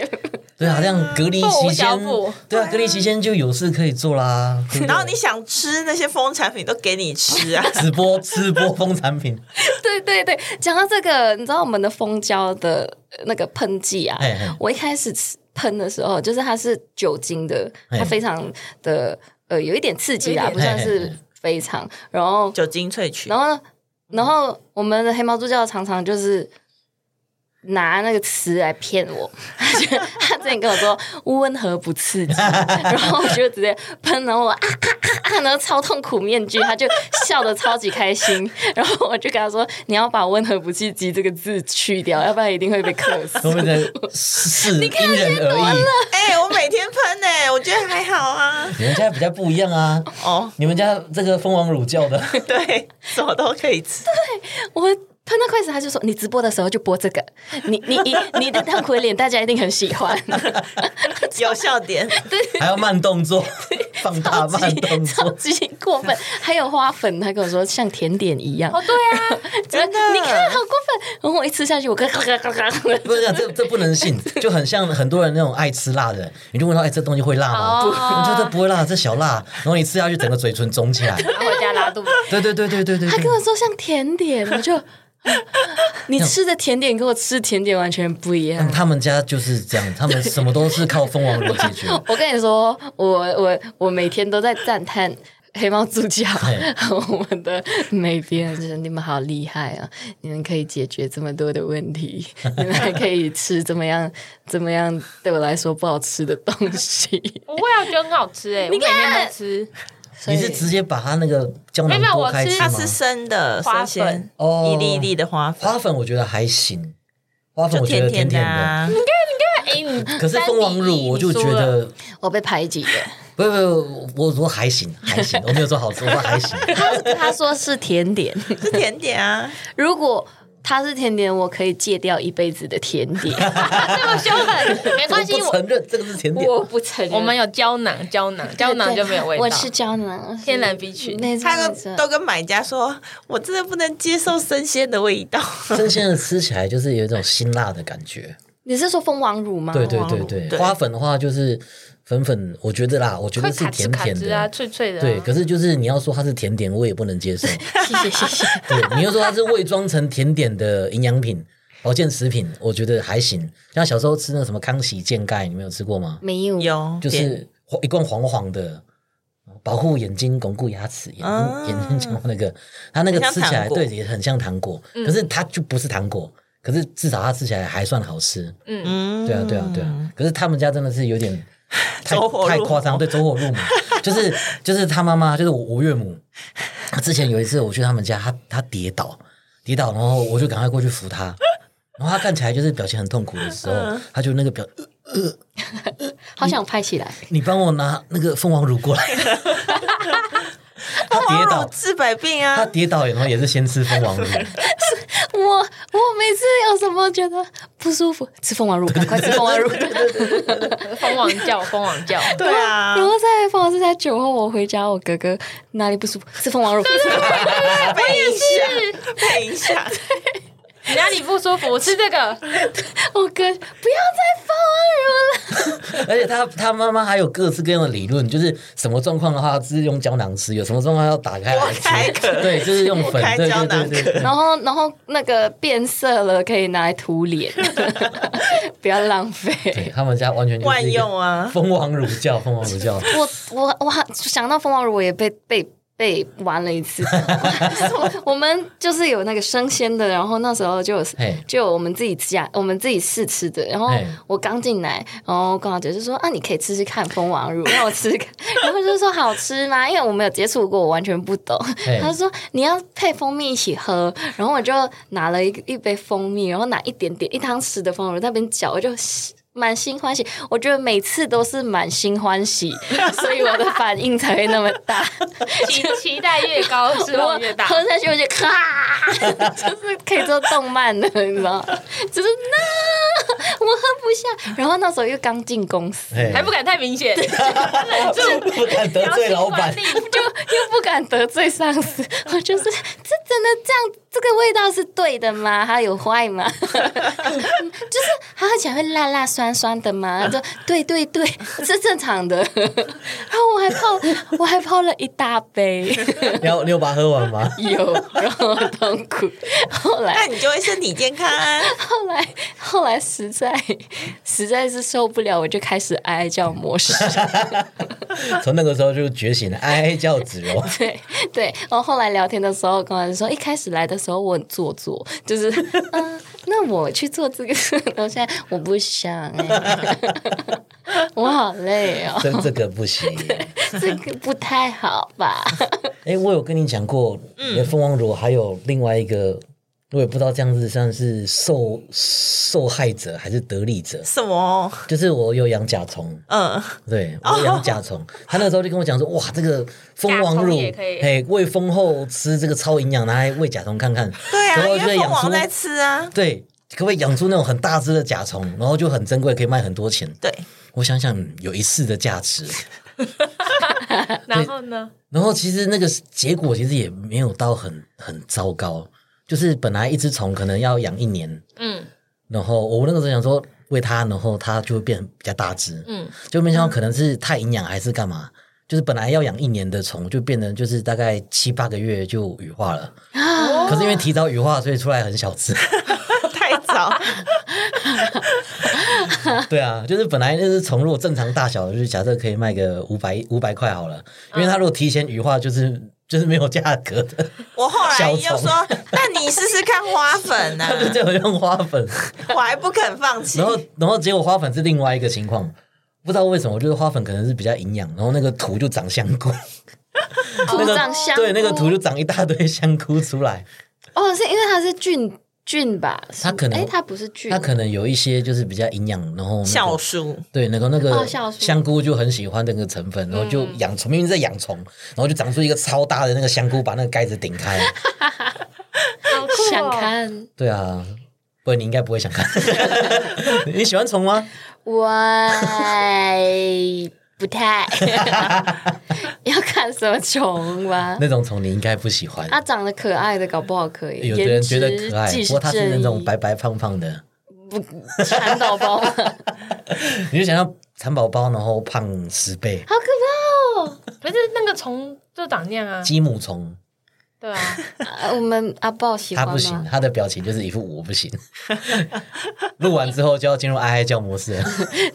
[SPEAKER 1] 对啊，这样隔离期
[SPEAKER 3] 不无小
[SPEAKER 1] 间
[SPEAKER 3] 补，
[SPEAKER 1] 对啊，隔离期间就有事可以做啦。对不对
[SPEAKER 5] 然后你想吃那些风产品都给你吃 啊，
[SPEAKER 1] 直播吃播风产品，
[SPEAKER 4] 对对对，讲到这个，你知道我们的蜂胶的呃那个喷剂啊
[SPEAKER 1] 哎哎，
[SPEAKER 4] 我一开始吃喷的时候，就是它是酒精的，
[SPEAKER 1] 哎
[SPEAKER 4] 它非常的呃有一点刺激啦，
[SPEAKER 3] 有一点
[SPEAKER 4] 不算
[SPEAKER 1] 哎哎
[SPEAKER 4] 是
[SPEAKER 1] 哎
[SPEAKER 4] 非常。然后
[SPEAKER 5] 酒精萃取
[SPEAKER 4] 然。后呢然后我们的黑猫助教常常就是。拿那个词来骗我， 他觉得他之前跟我说温和不刺激，然后我就直接喷，然后我啊啊啊啊，然后超痛苦面具，他就笑得超级开心， 然后我就跟他说你要把温和不刺激这个字去掉，要不然一定会被克死。
[SPEAKER 1] 都变成是因人而异。
[SPEAKER 5] 哎、我每天喷哎、我觉得还好啊。
[SPEAKER 1] 你们家比较不一样啊，
[SPEAKER 5] 哦，
[SPEAKER 1] 你们家这个蜂王乳教的，
[SPEAKER 5] 对，什么都可以 吃。
[SPEAKER 4] 我喷到快死，他就说你直播的时候就播这个，你你你你的痛苦脸大家一定很喜欢，
[SPEAKER 5] 有笑点，
[SPEAKER 1] 还要慢动作，放大慢动
[SPEAKER 4] 超
[SPEAKER 1] 作。
[SPEAKER 4] 级过分。还有花粉，他跟我说像甜点一样，
[SPEAKER 3] 哦，对 啊，
[SPEAKER 5] 真的，
[SPEAKER 4] 你看好过分！然后我一吃下去，我咔咔咔咔咔，
[SPEAKER 1] 不是、啊、这这不能信，就很像很多人那种爱吃辣的，你就问他，哎、这东西会辣吗？
[SPEAKER 3] 哦
[SPEAKER 1] 你说这不会辣，这小辣，然后你吃下去，整个嘴唇肿起来。
[SPEAKER 3] 然后回家拉肚子。
[SPEAKER 1] 对对对对对对
[SPEAKER 4] 他
[SPEAKER 1] 对
[SPEAKER 4] 跟。我说像甜点，我就 你吃的甜点跟我吃甜点完全不一
[SPEAKER 1] 但
[SPEAKER 4] 样。
[SPEAKER 1] 嗯他们家就是这样，他们什么都是靠蜂王乳解决。
[SPEAKER 4] 我跟你说，我我我每天都在赞叹。黑猫助教
[SPEAKER 1] 嘿
[SPEAKER 4] 和 我们的美编，就是你们好厉害啊！你们可以解决这么多的问 题，你们还可以吃怎么样怎么样对我来说不好吃的东西。
[SPEAKER 3] 不会 啊，我觉得很好吃 哎，我每天都吃
[SPEAKER 1] 你是直接把它那个胶囊
[SPEAKER 3] 没有没有
[SPEAKER 1] 剥开
[SPEAKER 3] 我吃
[SPEAKER 1] 吗
[SPEAKER 5] 它？是生的
[SPEAKER 3] 花
[SPEAKER 5] 生
[SPEAKER 3] 粉
[SPEAKER 5] 鲜，
[SPEAKER 1] 哦
[SPEAKER 5] 一粒一粒的花粉，
[SPEAKER 1] 花粉我觉得还行，花粉
[SPEAKER 5] 就
[SPEAKER 1] 我觉得甜
[SPEAKER 5] 甜的
[SPEAKER 1] 甜
[SPEAKER 5] 啊。
[SPEAKER 3] 哎，你
[SPEAKER 1] 可是蜂王乳我就觉 得，
[SPEAKER 4] 我被排挤了。
[SPEAKER 1] 不不不，我说还行还行，我没有说好吃，我说还行。
[SPEAKER 4] 他说是甜点，
[SPEAKER 5] 是甜点 啊，
[SPEAKER 4] 如果它是甜点，我可以戒掉一辈子的甜点。
[SPEAKER 3] 这么凶狠，没关
[SPEAKER 1] 我
[SPEAKER 3] 系，
[SPEAKER 1] 不
[SPEAKER 3] 我
[SPEAKER 1] 承认这个是甜点，
[SPEAKER 4] 我不承认，
[SPEAKER 3] 我们有胶囊，胶囊，胶囊就没有味道。
[SPEAKER 4] 我吃胶囊，
[SPEAKER 3] 天然 B 群
[SPEAKER 4] 那
[SPEAKER 5] 他
[SPEAKER 4] 那
[SPEAKER 5] 都都跟买家说，我真的不能接受生鲜的味道。
[SPEAKER 1] 生鲜的吃起来就是有一种辛辣的感觉。
[SPEAKER 4] 你是说蜂王乳吗？
[SPEAKER 1] 对对
[SPEAKER 5] 王
[SPEAKER 1] 对
[SPEAKER 5] 乳
[SPEAKER 1] 对，
[SPEAKER 5] 对
[SPEAKER 1] 花粉的话就是粉粉，我觉得啦，我觉
[SPEAKER 3] 会
[SPEAKER 1] 得是
[SPEAKER 3] 卡
[SPEAKER 1] 甜
[SPEAKER 3] 吱卡
[SPEAKER 1] 甜
[SPEAKER 3] 吱啊，
[SPEAKER 1] 的。
[SPEAKER 3] 脆脆的啊。
[SPEAKER 1] 对，可是就是你要说它是甜点，我也不能接受。
[SPEAKER 4] 谢谢谢谢。
[SPEAKER 1] 对，你又说它是伪装成甜点的营养品、保健食品，我觉得还行。像小时候吃那个什么康熙健钙，你们有吃过吗？
[SPEAKER 4] 没有，
[SPEAKER 5] 有，
[SPEAKER 1] 就
[SPEAKER 5] 点
[SPEAKER 1] 是黄一罐黄黄的，保护眼睛、巩固牙齿、眼、
[SPEAKER 5] 啊
[SPEAKER 1] 眼睛强化那个，它那个
[SPEAKER 5] 很
[SPEAKER 1] 吃
[SPEAKER 5] 像
[SPEAKER 1] 起来
[SPEAKER 5] 糖果
[SPEAKER 1] 对也很像糖果，可是它就不是糖果，可是至少它吃起来还算好吃。
[SPEAKER 3] 嗯，
[SPEAKER 5] 嗯
[SPEAKER 1] 对啊，对啊，对啊。可是他们家真的是有 点太
[SPEAKER 5] 走火入魔
[SPEAKER 1] 太夸张，对，走火入魔。就是就是他妈妈，就是我我岳母，她之前有一次我去他们家，她她跌倒，跌倒，然后我就赶快过去扶她。然后她看起来就是表情很痛苦的时候，
[SPEAKER 5] 嗯
[SPEAKER 1] 她就那个表，
[SPEAKER 4] 好想拍起来。
[SPEAKER 1] 你帮我拿那个蜂王乳过来。 她跌
[SPEAKER 5] 花乳
[SPEAKER 1] 倒，
[SPEAKER 5] 治百病
[SPEAKER 1] 她
[SPEAKER 5] 啊，
[SPEAKER 1] 跌倒，然后也是先吃蜂王乳。
[SPEAKER 4] 我我每次有什么觉得不舒服，吃蜂王 乳，赶快吃蜂王乳。
[SPEAKER 3] 蜂王 叫，蜂王叫，
[SPEAKER 5] 对啊
[SPEAKER 4] 然，后在蜂王之家酒后，我回家，我哥哥哪里不舒服，吃蜂 王乳。
[SPEAKER 5] 被影响，被影 响，
[SPEAKER 3] 哪里不舒服吃这 个？
[SPEAKER 4] 我哥不要再蜂 王乳了。
[SPEAKER 1] 而且她她妈妈还有各式各样的理论，就是什么状况的话是用胶囊吃，有什么状况要打开来
[SPEAKER 5] 剥开
[SPEAKER 1] 吃，
[SPEAKER 5] 壳
[SPEAKER 1] 对，就是用粉，
[SPEAKER 5] 剥开
[SPEAKER 1] 对
[SPEAKER 5] 胶
[SPEAKER 1] 对
[SPEAKER 5] 囊
[SPEAKER 1] 对对。
[SPEAKER 4] 然后然后那个变色了，可以拿来涂脸， 不要浪费。
[SPEAKER 1] 对他们家完全就是一
[SPEAKER 5] 万
[SPEAKER 1] 个
[SPEAKER 5] 用啊
[SPEAKER 1] 蜂王乳教，蜂王乳教，
[SPEAKER 4] 我我我想到蜂王乳，我也被被被玩了一次。 我们就是有那个生鲜的，然后那时候就有
[SPEAKER 1] 嘿
[SPEAKER 4] 就有我们自己家我们自己试吃的。然后
[SPEAKER 1] 嘿
[SPEAKER 4] 我刚进来，然后刚好姐就说啊，你可以吃吃看蜂王乳，让我吃吃看。 然后就说好吃吗？因为我没有接触过，我完全不懂。
[SPEAKER 1] 嘿
[SPEAKER 4] 他说你要配蜂蜜一起喝，然后我就拿了一一杯蜂蜜，然后拿一点点一汤匙的蜂蜜在那边搅，我就满心欢喜。我觉得每次都是满心欢喜， 所以我的反应才会那么大。
[SPEAKER 3] 期期待越高，失
[SPEAKER 4] 如果
[SPEAKER 3] 望越 大。
[SPEAKER 4] 喝下去我就 咔，就是可以做动漫的，你知道？就是那、我喝不下。然后那时候又刚进公司，
[SPEAKER 1] 嘿
[SPEAKER 3] 还不敢太明显，忍住，
[SPEAKER 1] 不敢得罪老板，
[SPEAKER 4] 就又不敢得罪上司，我就是这真的这样，这个味道是对的吗？它有坏吗？ 就是它喝起来会辣辣酸酸的吗？他说对对对，是正常的。然后我还泡，我还泡了一大杯，
[SPEAKER 1] 你要你有把它喝完吗？
[SPEAKER 4] 有，然后很痛苦。后来
[SPEAKER 5] 那你就会身体健康啊。
[SPEAKER 4] 后来 后来实在 实在是受不了，我就开始哀叫模 式。
[SPEAKER 1] 从那个时候就觉醒了，哀哀叫子 柔，
[SPEAKER 4] 对对，然后后来聊天的时候，刚才说一开始来的时候我很做作，就是 嗯、那我去做这个， 然后现在我不 想哎、我好累哦，
[SPEAKER 1] 这这个不行。
[SPEAKER 4] 这个不太好吧？
[SPEAKER 1] 哎，我有跟你讲过，
[SPEAKER 3] 嗯
[SPEAKER 1] 你的凤凰乳还有另外一个，我也不知道这样子算是受受害者还是得利者，
[SPEAKER 5] 什么？
[SPEAKER 1] 就是我有养甲虫，
[SPEAKER 5] 嗯，
[SPEAKER 1] 对我有养甲虫，他那时候就跟我讲说，哇，这个蜂王
[SPEAKER 3] 甲
[SPEAKER 1] 乳
[SPEAKER 3] 虫也可以，
[SPEAKER 1] 哎，喂蜂后吃这个超营养，拿来喂甲虫看看，
[SPEAKER 5] 对啊，
[SPEAKER 1] 然后
[SPEAKER 5] 因
[SPEAKER 1] 就
[SPEAKER 5] 为
[SPEAKER 1] 会
[SPEAKER 5] 蜂
[SPEAKER 1] 养
[SPEAKER 5] 王在
[SPEAKER 1] 出
[SPEAKER 5] 吃啊。
[SPEAKER 1] 对。可不可以养出那种很大只的甲虫，然后就很珍贵，可以卖很多钱？
[SPEAKER 5] 对，
[SPEAKER 1] 我想想，嗯有一世的价值。
[SPEAKER 3] 然后呢？
[SPEAKER 1] 然后其实那个结果其实也没有到很很糟糕，就是本来一只虫可能要养一年，
[SPEAKER 3] 嗯
[SPEAKER 1] 然后我那个时候想说喂它，然后它就会变比较大只，
[SPEAKER 3] 嗯，
[SPEAKER 1] 就没想到可能是太营养还是干嘛，就是本来要养一年的虫就变成就是大概七八个月就羽化了，可是因为提早羽化，所以出来很小只。
[SPEAKER 5] 太早。
[SPEAKER 1] 对啊，就是本来那只虫如果正常大小的，就是假设可以卖个五百五百块好了，因为它如果提前羽化就是。就是没有价格的，
[SPEAKER 5] 我后来
[SPEAKER 1] 小
[SPEAKER 5] 又
[SPEAKER 1] 虫
[SPEAKER 5] 说，那你试试看花粉 呐、
[SPEAKER 1] 它就只有用花粉。
[SPEAKER 5] 我还不肯放弃
[SPEAKER 1] 然。后，然后结果花粉是另外一个情况，不知道为什么，就是花粉可能是比较营养，然后那个土就长香菇， 那
[SPEAKER 4] 土
[SPEAKER 1] 个
[SPEAKER 4] 长香菇，
[SPEAKER 1] 对，那个土就长一大堆香菇出来。
[SPEAKER 4] 哦，是因为它是菌菌吧？是
[SPEAKER 1] 它可能
[SPEAKER 4] 哎，它不是菌，
[SPEAKER 1] 它可能有一些就是比较营养，然后、那个、
[SPEAKER 5] 酵素，
[SPEAKER 1] 对，那个那个
[SPEAKER 4] 哦酵素嗯
[SPEAKER 1] 香菇就很喜欢那个成分，然后就养虫，明明在养虫，然后就长出一个超大的那个香菇，把那个盖子顶开。
[SPEAKER 3] 好酷哦
[SPEAKER 4] 想看
[SPEAKER 1] 对啊，不，你应该不会想看。 你喜欢虫吗？
[SPEAKER 4] 我不太 要看什么虫吧？
[SPEAKER 1] 那种虫你应该不喜欢。
[SPEAKER 4] 它长得可爱的，搞不好可以。
[SPEAKER 1] 有的人觉得
[SPEAKER 4] 啊颜值
[SPEAKER 1] 可爱，
[SPEAKER 4] 即
[SPEAKER 1] 不
[SPEAKER 4] 是
[SPEAKER 1] 过它是那
[SPEAKER 4] 正
[SPEAKER 1] 种
[SPEAKER 4] 义
[SPEAKER 1] 白白胖胖的，
[SPEAKER 4] 不馋到包， 好可
[SPEAKER 1] 你就想要蚕宝宝，然后胖十倍，
[SPEAKER 4] 怕哦！
[SPEAKER 3] 不是那个虫就长那样啊，
[SPEAKER 1] 鸡母虫
[SPEAKER 3] 对啊，
[SPEAKER 4] 啊我们阿豹喜
[SPEAKER 1] 它
[SPEAKER 4] 欢
[SPEAKER 1] 不行，
[SPEAKER 4] 吗？
[SPEAKER 1] 它的表情就是一副我不行。 录完之后就要进入哀哀叫模式了。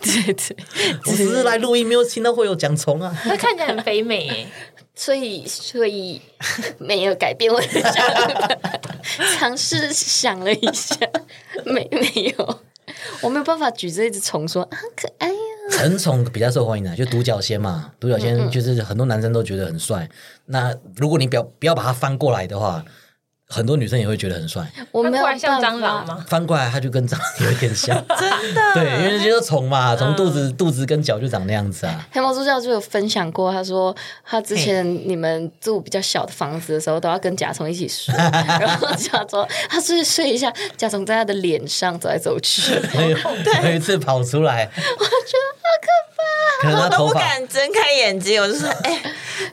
[SPEAKER 4] 对对，
[SPEAKER 1] 我只是来录音，没有听到会有讲虫啊。
[SPEAKER 3] 它看起来很肥美耶，
[SPEAKER 4] 所以所以没有改变我的想法，尝试想了一下，没没有，我没有办法举着一只虫说啊可爱呀、
[SPEAKER 1] 成虫比较受欢迎的，就独角仙嘛。独角
[SPEAKER 5] 嗯
[SPEAKER 1] 仙就是很多男生都觉得很帅。那如果你不要不要把它翻过来的话，很多女生也会觉得很帅。
[SPEAKER 4] 我
[SPEAKER 3] 它
[SPEAKER 4] 没有
[SPEAKER 3] 过来
[SPEAKER 4] 办
[SPEAKER 3] 像
[SPEAKER 4] 法
[SPEAKER 3] 蟑螂？啊吗？
[SPEAKER 1] 翻过来，它就跟蟑螂有点像。
[SPEAKER 5] 真的嗯
[SPEAKER 1] 对，因为就是虫嘛，从肚子、肚子跟脚就长那样子啊。
[SPEAKER 4] 黑猫助教就有分享过，他说他之前你们住比较小的房子的时候，都要跟甲虫一起 睡，然后甲虫他睡睡一下，甲虫在他的脸上走来走去，
[SPEAKER 1] 有一次跑出来，我觉得好可怕。可能
[SPEAKER 5] 我
[SPEAKER 1] 他
[SPEAKER 5] 都
[SPEAKER 1] 头
[SPEAKER 5] 不
[SPEAKER 1] 发，
[SPEAKER 5] 敢睁开眼睛，我就说：“哎、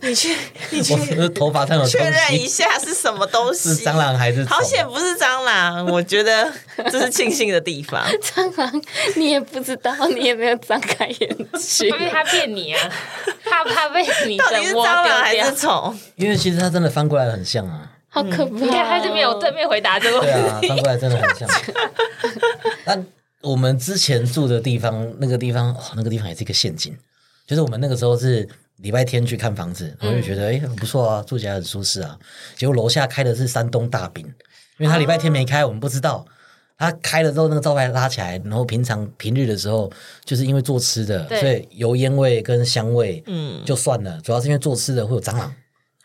[SPEAKER 5] 你去，你去
[SPEAKER 1] 我头发上有
[SPEAKER 5] 确
[SPEAKER 1] 东
[SPEAKER 5] 认一
[SPEAKER 1] 西，
[SPEAKER 5] 下是什么东西。啊
[SPEAKER 1] 是”蟑螂还是虫？ 啊
[SPEAKER 5] 好险不是蟑螂，我觉得这是庆幸的 地方。
[SPEAKER 4] 蟑螂你也不知道，你也没有张开眼睛
[SPEAKER 3] 会。不会它骗你啊？怕怕被你
[SPEAKER 5] 到底是
[SPEAKER 3] 整窝
[SPEAKER 5] 蟑螂
[SPEAKER 3] 丢
[SPEAKER 5] 还
[SPEAKER 3] 掉
[SPEAKER 5] 是？虫？
[SPEAKER 1] 因为其实它真的翻过来很像啊。
[SPEAKER 4] 好可怕、
[SPEAKER 3] 嗯你看，它就没有正面回答这个问
[SPEAKER 1] 对 啊，
[SPEAKER 3] 题。
[SPEAKER 1] 翻过来真的很像。那我们之前住的地方，那个地方，哦，那个地方也是一个陷阱。就是我们那个时候是礼拜天去看房
[SPEAKER 5] 嗯
[SPEAKER 1] 子，我就觉得哎、诶很不错啊，住起来很舒适啊。结果楼下开的是山东大饼，因为他礼拜天没开，我们不知道。他开了之后，那个招牌拉起来，然后平常平日的时候，就是因为做吃的，
[SPEAKER 3] 对
[SPEAKER 1] 所以油烟味跟香味，
[SPEAKER 5] 嗯
[SPEAKER 1] 嗯，就算了。主要是因为做吃的会有蟑螂，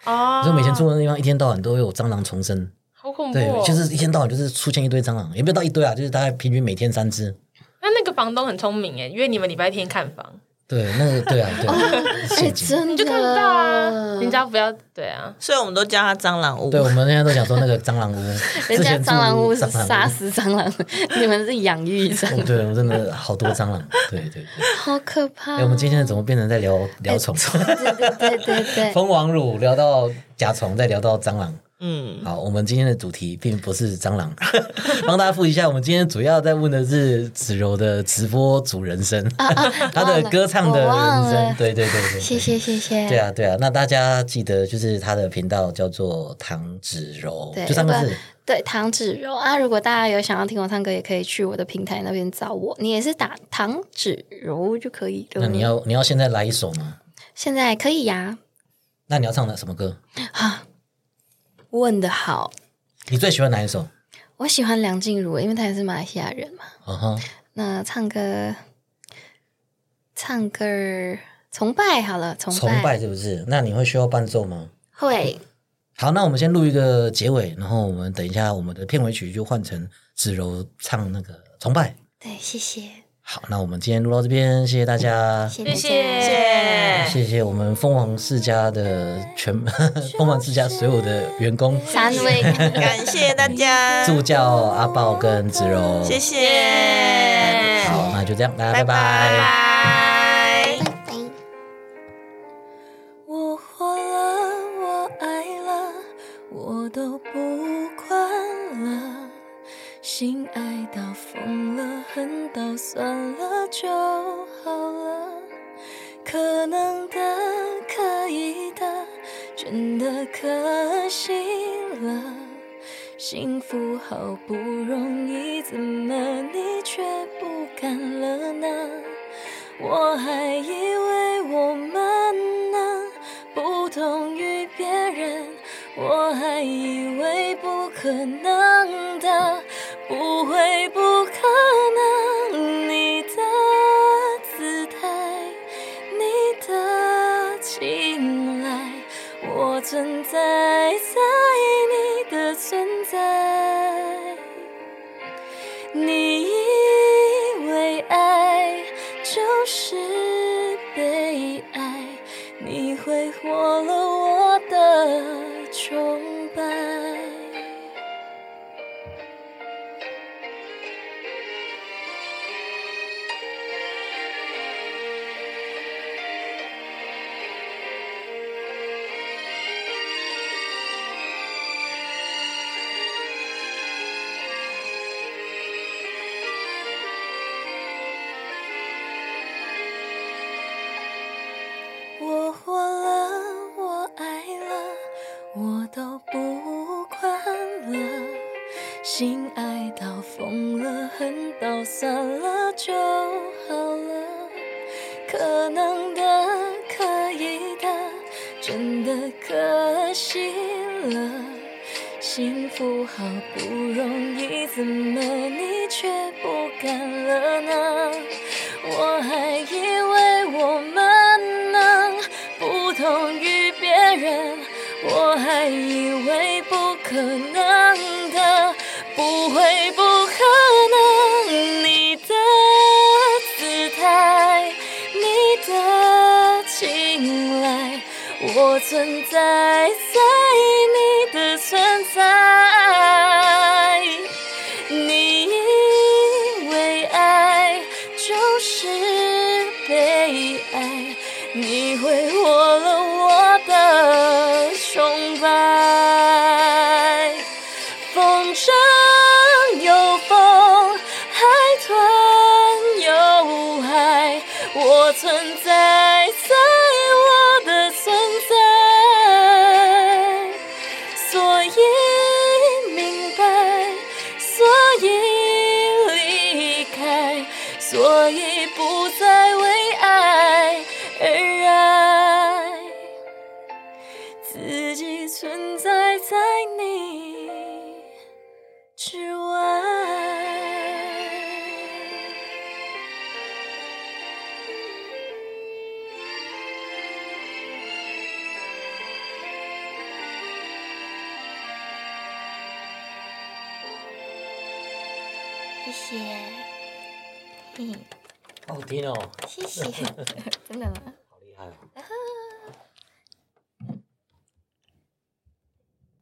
[SPEAKER 3] 哦，
[SPEAKER 1] 你说每天住的那地方一天到晚都会有蟑螂丛生，
[SPEAKER 3] 好恐怖、
[SPEAKER 1] 对
[SPEAKER 3] 哦，，
[SPEAKER 1] 就是一天到晚就是出现一堆蟑螂，也没有到一堆啊，就是大概平均每天三只。
[SPEAKER 3] 那那个房东很聪明哎，因为你们礼拜天看房，
[SPEAKER 1] 对，那个对啊，对啊，
[SPEAKER 6] 哎，
[SPEAKER 1] 陷阱。
[SPEAKER 6] 真的，
[SPEAKER 3] 你就看不到啊，人家不要对啊，
[SPEAKER 5] 所以我们都叫它蟑螂屋。
[SPEAKER 1] 对，我们现在都讲说那个 蟑螂屋，
[SPEAKER 6] 人
[SPEAKER 1] 之
[SPEAKER 6] 家
[SPEAKER 1] 前住
[SPEAKER 6] 蟑螂屋是
[SPEAKER 1] 蟑螂
[SPEAKER 6] 杀死蟑螂，你们是养育 蟑
[SPEAKER 1] 哦
[SPEAKER 6] 螂，
[SPEAKER 1] 对，我真的好多蟑螂，对对对。
[SPEAKER 6] 好可怕
[SPEAKER 1] 哎，我们今天怎么变成在聊
[SPEAKER 6] 哎
[SPEAKER 1] 聊虫？
[SPEAKER 6] 对对 对，
[SPEAKER 1] 蜂王乳聊到甲虫，再聊到蟑螂。
[SPEAKER 5] 嗯，
[SPEAKER 1] 好，我们今天的主题并不是蟑螂， 帮大家复习一下，我们今天主要在问的是子柔的直播主人生，
[SPEAKER 6] 啊
[SPEAKER 1] 她的歌唱的
[SPEAKER 6] 我忘了
[SPEAKER 1] 人生，对对对对对。
[SPEAKER 6] 谢谢谢谢，
[SPEAKER 1] 对啊，对啊，那大家记得就是他的频道叫做唐芷柔，
[SPEAKER 6] 对
[SPEAKER 1] 就三个
[SPEAKER 6] 要不
[SPEAKER 1] 字
[SPEAKER 6] 然。对，唐芷柔啊，如果大家有想要听我唱歌，也可以去我的平台那边找我，你也是打唐芷柔就可以了。
[SPEAKER 1] 那你要你要现在来一首吗？
[SPEAKER 6] 现在可以呀、
[SPEAKER 1] 那你要唱的什么歌？
[SPEAKER 6] 问的好，
[SPEAKER 1] 你最喜欢哪一首？
[SPEAKER 6] 我喜欢梁静茹，因为她也是马来西亚人嘛。
[SPEAKER 1] 嗯哼，
[SPEAKER 6] 那唱歌，唱歌儿崇拜好了，崇拜
[SPEAKER 1] 崇拜是不是？那你会需要伴奏吗？
[SPEAKER 6] 会
[SPEAKER 1] 好，那我们先录一个结尾，然后我们等一下我们的片尾曲就换成芷柔唱那个崇拜。
[SPEAKER 6] 对，谢谢
[SPEAKER 1] 好，那我们今天录到这边，谢谢大家，
[SPEAKER 6] 谢
[SPEAKER 3] 谢
[SPEAKER 6] 大
[SPEAKER 3] 谢
[SPEAKER 6] 家。
[SPEAKER 1] 谢谢我们蜂王世家的全 蜂王世家所有的员工，
[SPEAKER 6] 三位，
[SPEAKER 5] 感谢大 家，
[SPEAKER 1] 助教阿豹跟芷柔，
[SPEAKER 5] 谢谢，
[SPEAKER 1] 好，那就这样，大家拜拜
[SPEAKER 5] 拜
[SPEAKER 7] 拜拜。
[SPEAKER 4] 我活了，我爱了，我都不管了。心爱到疯了，恨到算了就好了。可能的，可以的，真的可惜了。幸福好不容易，怎么你却不敢了呢？我还以为我们呢不同于别人，我还以为不可能的，不会不可能。你的姿态，你的青睐，我存在在你的存在。你以为爱就是被爱，你挥霍了我的崇拜。我活了，我爱了，我都不管了。心爱到疯了，恨到算了就好了。可能的，可以的，真的可惜了。幸福好不容易，怎么你却不敢了呢？我还以为我们能不同于别人，我还以为不可能的，不会不可能。你的姿态，你的青睐，我存在在你的存在。你以为爱就是被爱，你挥霍了我的崇拜。风筝有风，海豚有海，我存在在我的存在。所以明白，所以离开，所以不再为爱而爱。
[SPEAKER 1] 谢谢，嗯，
[SPEAKER 8] 好听哦。
[SPEAKER 1] 谢谢，
[SPEAKER 9] 真的吗？